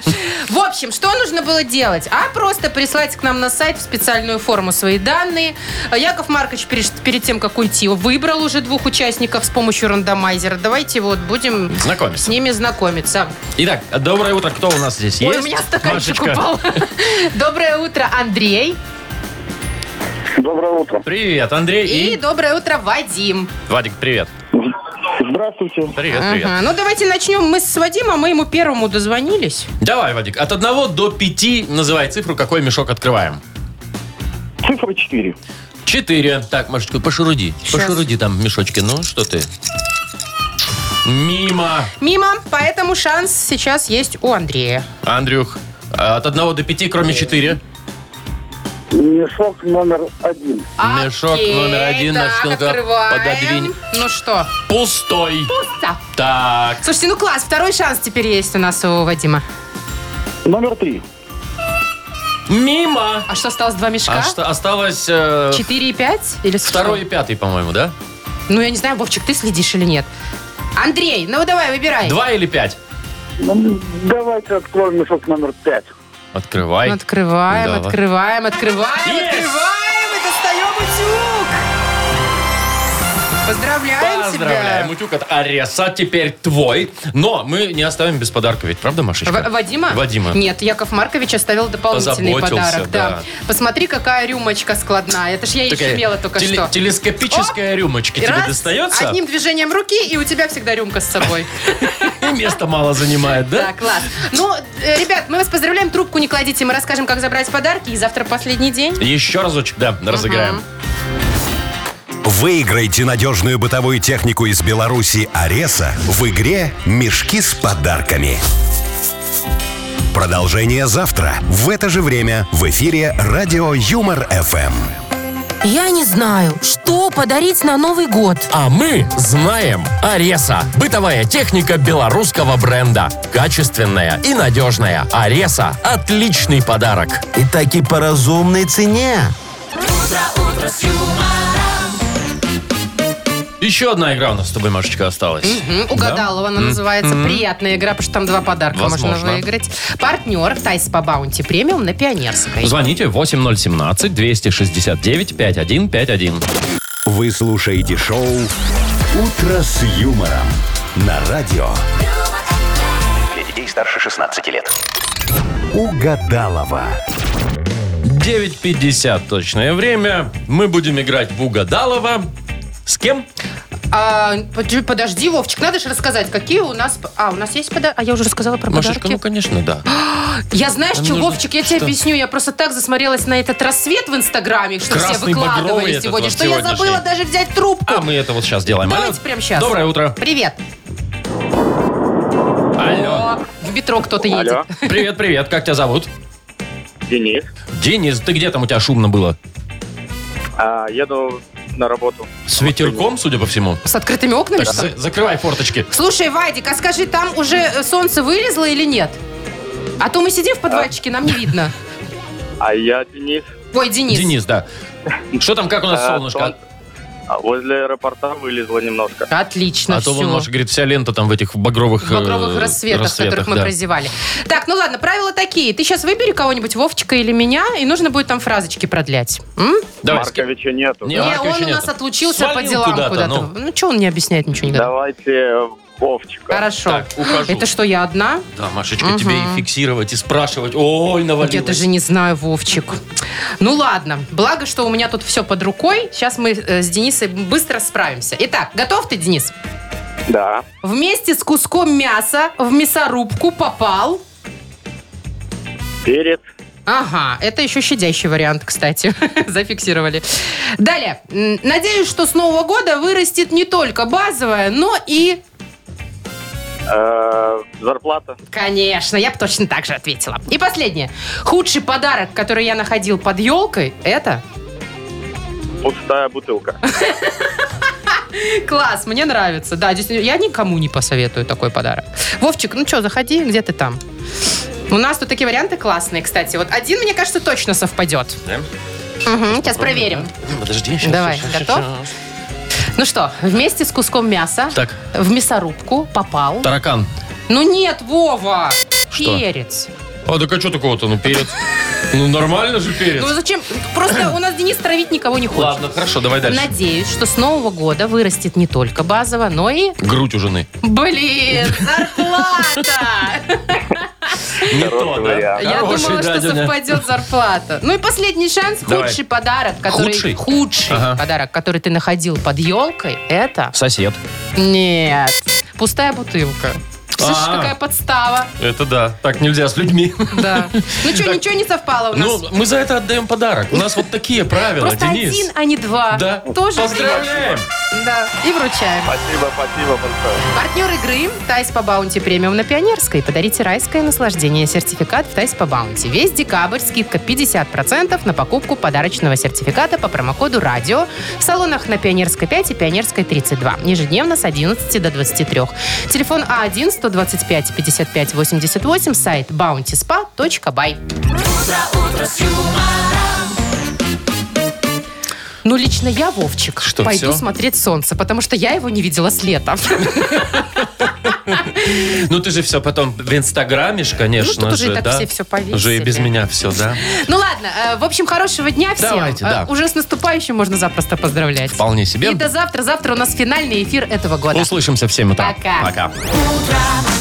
[SPEAKER 3] В общем, что нужно было делать? А просто прислать к нам на сайт в специальную форму свои данные. А Яков Маркович перед, перед тем, как уйти, выбрал уже двух участников с помощью рандомайзера. Давайте вот будем
[SPEAKER 2] Знакомиться.
[SPEAKER 3] с ними знакомиться.
[SPEAKER 2] Итак, доброе утро. Кто у нас здесь есть?
[SPEAKER 3] Ой, у меня стаканчик
[SPEAKER 2] Машечка.
[SPEAKER 3] упал. Доброе утро, Андрей.
[SPEAKER 7] Доброе утро.
[SPEAKER 2] Привет, Андрей
[SPEAKER 3] И,
[SPEAKER 2] и...
[SPEAKER 3] доброе утро, Вадим.
[SPEAKER 2] Вадик, привет.
[SPEAKER 7] Здравствуйте.
[SPEAKER 2] Привет, привет.
[SPEAKER 3] Ага, Ну, давайте начнем мы с Вадима. Мы ему первому дозвонились.
[SPEAKER 2] Давай, Вадик, от 1 до 5 называй цифру, какой мешок открываем.
[SPEAKER 7] Цифра 4.
[SPEAKER 2] 4. Так, Машечка, пошуруди.
[SPEAKER 3] Щас.
[SPEAKER 2] Пошуруди там в мешочке. Ну, что ты? Мимо.
[SPEAKER 3] Мимо, поэтому шанс сейчас есть у Андрея.
[SPEAKER 2] Андрюх, а от 1 до 5, кроме 4.
[SPEAKER 7] Мешок номер один.
[SPEAKER 2] Мешок
[SPEAKER 3] Окей,
[SPEAKER 2] номер один,
[SPEAKER 3] так,
[SPEAKER 2] значит, ну-ка,
[SPEAKER 3] открываем.
[SPEAKER 2] пододвинь.
[SPEAKER 3] Ну что?
[SPEAKER 2] Пустой.
[SPEAKER 3] Так.
[SPEAKER 2] Так,
[SPEAKER 3] Слушайте, ну класс, второй шанс теперь есть у нас у Вадима.
[SPEAKER 7] Номер три.
[SPEAKER 2] мимо.
[SPEAKER 3] А что осталось? Два мешка?
[SPEAKER 2] А что осталось э,
[SPEAKER 3] Четыре и пять? Или сколько?
[SPEAKER 2] второй и пятый, по-моему, да?
[SPEAKER 3] Ну, я не знаю, Вовчик, ты следишь или нет? Андрей, ну давай, выбирай.
[SPEAKER 2] Два или пять?
[SPEAKER 7] Ну, Давайте откроем мешок номер пять.
[SPEAKER 2] Открывай.
[SPEAKER 3] Открываем,
[SPEAKER 2] Давай.
[SPEAKER 3] открываем, открываем,
[SPEAKER 2] Yes!
[SPEAKER 3] открываем и достаем утюг. Поздравляем,
[SPEAKER 2] Поздравляем, утюг от Ареса теперь твой. Но мы не оставим без подарка, ведь правда, Машечка?
[SPEAKER 3] тебя. В- Вадима?
[SPEAKER 2] Вадима.
[SPEAKER 3] Нет, Яков Маркович оставил дополнительный
[SPEAKER 2] Позаботился,
[SPEAKER 3] подарок.
[SPEAKER 2] да.
[SPEAKER 3] Посмотри, какая рюмочка складная. Это ж я
[SPEAKER 2] Такая
[SPEAKER 3] еще имела только
[SPEAKER 2] теле-
[SPEAKER 3] что.
[SPEAKER 2] Телескопическая рюмочка тебе
[SPEAKER 3] Раз,
[SPEAKER 2] достается,
[SPEAKER 3] Одним движением руки, и у тебя всегда рюмка с собой.
[SPEAKER 2] и места мало занимает,
[SPEAKER 3] Да,
[SPEAKER 2] да?
[SPEAKER 3] класс. Ну, э, ребят, мы вас поздравляем, трубку не кладите, мы расскажем, как забрать подарки, и завтра последний день.
[SPEAKER 2] Еще разочек, да, разыграем.
[SPEAKER 1] Выиграйте надежную бытовую технику из Беларуси «Ареса» в игре «Мешки с подарками». Продолжение завтра в это же время в эфире радио «Юмор-ФМ».
[SPEAKER 8] Я не знаю, что подарить на Новый год.
[SPEAKER 2] А мы знаем Ареса. Бытовая техника белорусского бренда. Качественная и надежная. Ареса – отличный подарок.
[SPEAKER 4] И таки по разумной цене.
[SPEAKER 2] Еще одна игра у нас с тобой, Машечка, осталась.
[SPEAKER 3] М, Угадала, она называется. Приятная игра, потому что там два подарка
[SPEAKER 2] Возможно.
[SPEAKER 3] можно выиграть. Партнер Тайс по баунти премиум на Пионерской.
[SPEAKER 2] Звоните 8017-269-5151.
[SPEAKER 1] Вы слушаете шоу «Утро с юмором» на радио
[SPEAKER 5] Для детей старше 16 лет.
[SPEAKER 1] «Угадалова».
[SPEAKER 2] 9.50 точное время. Мы будем играть в Угадалова. С кем?
[SPEAKER 3] А, под- подожди, Вовчик, надо же рассказать, какие у нас... А, у нас есть подарки? А я уже рассказала про
[SPEAKER 2] Машечка, ну,
[SPEAKER 3] подарки.
[SPEAKER 2] конечно, да.
[SPEAKER 3] Я знаешь,
[SPEAKER 2] Нам
[SPEAKER 3] что,
[SPEAKER 2] нужно-
[SPEAKER 3] Вовчик, я тебе
[SPEAKER 2] что?
[SPEAKER 3] объясню. Я просто так засмотрелась на этот рассвет в Инстаграме, что все
[SPEAKER 2] Красный, багровый
[SPEAKER 3] выкладывали
[SPEAKER 2] этот
[SPEAKER 3] сегодня,
[SPEAKER 2] вот
[SPEAKER 3] что я забыла
[SPEAKER 2] сегодняшний.
[SPEAKER 3] даже взять трубку.
[SPEAKER 2] А мы это вот сейчас делаем. Алло.
[SPEAKER 3] Давайте прямо сейчас.
[SPEAKER 2] Доброе утро.
[SPEAKER 3] Привет.
[SPEAKER 2] Алло.
[SPEAKER 3] О, в метро кто-то едет.
[SPEAKER 7] Алло.
[SPEAKER 2] Привет, привет. Как тебя зовут?
[SPEAKER 7] Денис,
[SPEAKER 2] Денис, ты где там у тебя шумно было?
[SPEAKER 7] а, еду на работу.
[SPEAKER 2] С ветерком, судя по всему.
[SPEAKER 3] С открытыми окнами,
[SPEAKER 2] Так,
[SPEAKER 3] что ли?
[SPEAKER 2] за- закрывай форточки.
[SPEAKER 3] Слушай, Вадик, а скажи, там уже э, солнце вылезло или нет? А то мы сидим в подвальчике, нам не видно.
[SPEAKER 7] А я Денис.
[SPEAKER 3] Ой, Денис.
[SPEAKER 2] Денис, да. Что там, как у нас Ну,
[SPEAKER 7] А,
[SPEAKER 2] солнышко?
[SPEAKER 7] солнце- а, возле аэропорта вылезло немножко.
[SPEAKER 3] Отлично,
[SPEAKER 2] А то
[SPEAKER 3] все.
[SPEAKER 2] вон, Маша говорит, вся лента там в этих багровых,
[SPEAKER 3] в багровых
[SPEAKER 2] э,
[SPEAKER 3] рассветах, которых мы
[SPEAKER 2] да.
[SPEAKER 3] прозевали. Так, ну ладно, правила такие. Ты сейчас выбери кого-нибудь, Вовчика или меня, и нужно будет там фразочки продлять. М?
[SPEAKER 2] Давай, с кем?
[SPEAKER 7] Марковича нету.
[SPEAKER 2] Не,
[SPEAKER 3] Не,
[SPEAKER 2] Марка
[SPEAKER 3] он
[SPEAKER 2] еще
[SPEAKER 3] у
[SPEAKER 2] нету.
[SPEAKER 3] нас отлучился по
[SPEAKER 2] Свалил
[SPEAKER 3] делам
[SPEAKER 2] куда-то,
[SPEAKER 3] куда-то.
[SPEAKER 2] ну.
[SPEAKER 3] Ну, что он не объясняет ничего никогда?
[SPEAKER 7] Давайте э, Вовчика.
[SPEAKER 3] Хорошо.
[SPEAKER 2] Так, ухожу.
[SPEAKER 3] Это что, я одна?
[SPEAKER 2] Да, Машечка, тебе и фиксировать, и спрашивать. Ой,
[SPEAKER 3] Я
[SPEAKER 2] навалилось.
[SPEAKER 3] даже не знаю, Вовчик. Ну ладно, благо, что у меня тут все под рукой. Сейчас мы э, с Денисом быстро справимся. Итак, готов ты, Денис?
[SPEAKER 7] Да.
[SPEAKER 3] Вместе с куском мяса в мясорубку попал...
[SPEAKER 7] Перец.
[SPEAKER 3] Ага, это еще щадящий вариант, кстати. Зафиксировали. Далее. М, Надеюсь, что с Нового года вырастет не только базовая, но и...
[SPEAKER 7] э, зарплата.
[SPEAKER 3] Конечно, я бы точно так же ответила. И последнее. Худший подарок, который я находил под елкой, это...
[SPEAKER 7] Пустая бутылка.
[SPEAKER 3] Класс, мне нравится. Да, действительно, я никому не посоветую такой подарок. Вовчик, ну что, заходи, где ты там? У нас тут такие варианты классные, кстати. Вот один, мне кажется, точно совпадет.
[SPEAKER 2] Да?
[SPEAKER 3] Мгм, сейчас проверим.
[SPEAKER 2] Подожди, сейчас.
[SPEAKER 3] Давай, готов? Ну что, вместе с куском мяса
[SPEAKER 2] Так,
[SPEAKER 3] в мясорубку попал.
[SPEAKER 2] таракан.
[SPEAKER 3] Ну нет, Вова!
[SPEAKER 2] Что?
[SPEAKER 3] Перец.
[SPEAKER 2] А, так а что такого-то? Ну, перец. Ну, нормально же перец.
[SPEAKER 3] Ну зачем? Просто у нас Денис травить никого не хочет.
[SPEAKER 2] Ладно, хорошо, давай дальше.
[SPEAKER 3] Надеюсь, что с Нового года вырастет не только базово, но и...
[SPEAKER 2] Грудь у жены.
[SPEAKER 3] Блин, зарплата!
[SPEAKER 2] Не то, да?
[SPEAKER 3] Я
[SPEAKER 2] Хороший,
[SPEAKER 3] думала,
[SPEAKER 2] да,
[SPEAKER 3] что
[SPEAKER 2] Деня.
[SPEAKER 3] совпадет зарплата. Ну и последний шанс,
[SPEAKER 2] Давай.
[SPEAKER 3] худший подарок, который...
[SPEAKER 2] Худший?
[SPEAKER 3] Худший
[SPEAKER 2] Ага.
[SPEAKER 3] подарок, который ты находил под елкой, это...
[SPEAKER 2] Сосед.
[SPEAKER 3] Нет. Пустая бутылка. Слышишь,
[SPEAKER 2] А.
[SPEAKER 3] какая подстава.
[SPEAKER 2] Это да. Так нельзя с людьми.
[SPEAKER 3] Да. Ну что, ничего не совпало у нас.
[SPEAKER 2] Ну, мы за это отдаем подарок. У нас вот такие правила,
[SPEAKER 3] Просто
[SPEAKER 2] Денис.
[SPEAKER 3] один, а не два.
[SPEAKER 2] Да.
[SPEAKER 3] Тоже
[SPEAKER 2] Поздравляем.
[SPEAKER 3] приятно. Да. И вручаем.
[SPEAKER 7] Спасибо, спасибо большое.
[SPEAKER 3] Партнер игры «Тайс по баунти премиум» на Пионерской. Подарите райское наслаждение. Сертификат в «Тайс по баунти». Весь декабрь скидка 50% на покупку подарочного сертификата по промокоду «Радио» в салонах на Пионерской 5 и Пионерской 32. Ежедневно с 11 до 23. Телефон А А1-125-55-88, сайт bountyspa.by. Ну, лично я, Вовчик,
[SPEAKER 2] Что,
[SPEAKER 3] пойду
[SPEAKER 2] всё?
[SPEAKER 3] смотреть солнце, потому что я его не видела с лета.
[SPEAKER 2] Ну, ты же все потом в Инстаграме ж, конечно
[SPEAKER 3] Ну, тут уже
[SPEAKER 2] же,
[SPEAKER 3] и так
[SPEAKER 2] да?
[SPEAKER 3] все всё повесили.
[SPEAKER 2] Уже и без меня все, да?
[SPEAKER 3] Ну ладно, э, в общем, хорошего дня всем.
[SPEAKER 2] Давайте,
[SPEAKER 3] Э,
[SPEAKER 2] да.
[SPEAKER 3] Уже с наступающим можно запросто поздравлять.
[SPEAKER 2] Вполне себе.
[SPEAKER 3] И до завтра. Завтра у нас финальный эфир этого года.
[SPEAKER 2] Услышимся в 7 утра.
[SPEAKER 3] Пока.
[SPEAKER 2] Пока.
[SPEAKER 8] Утро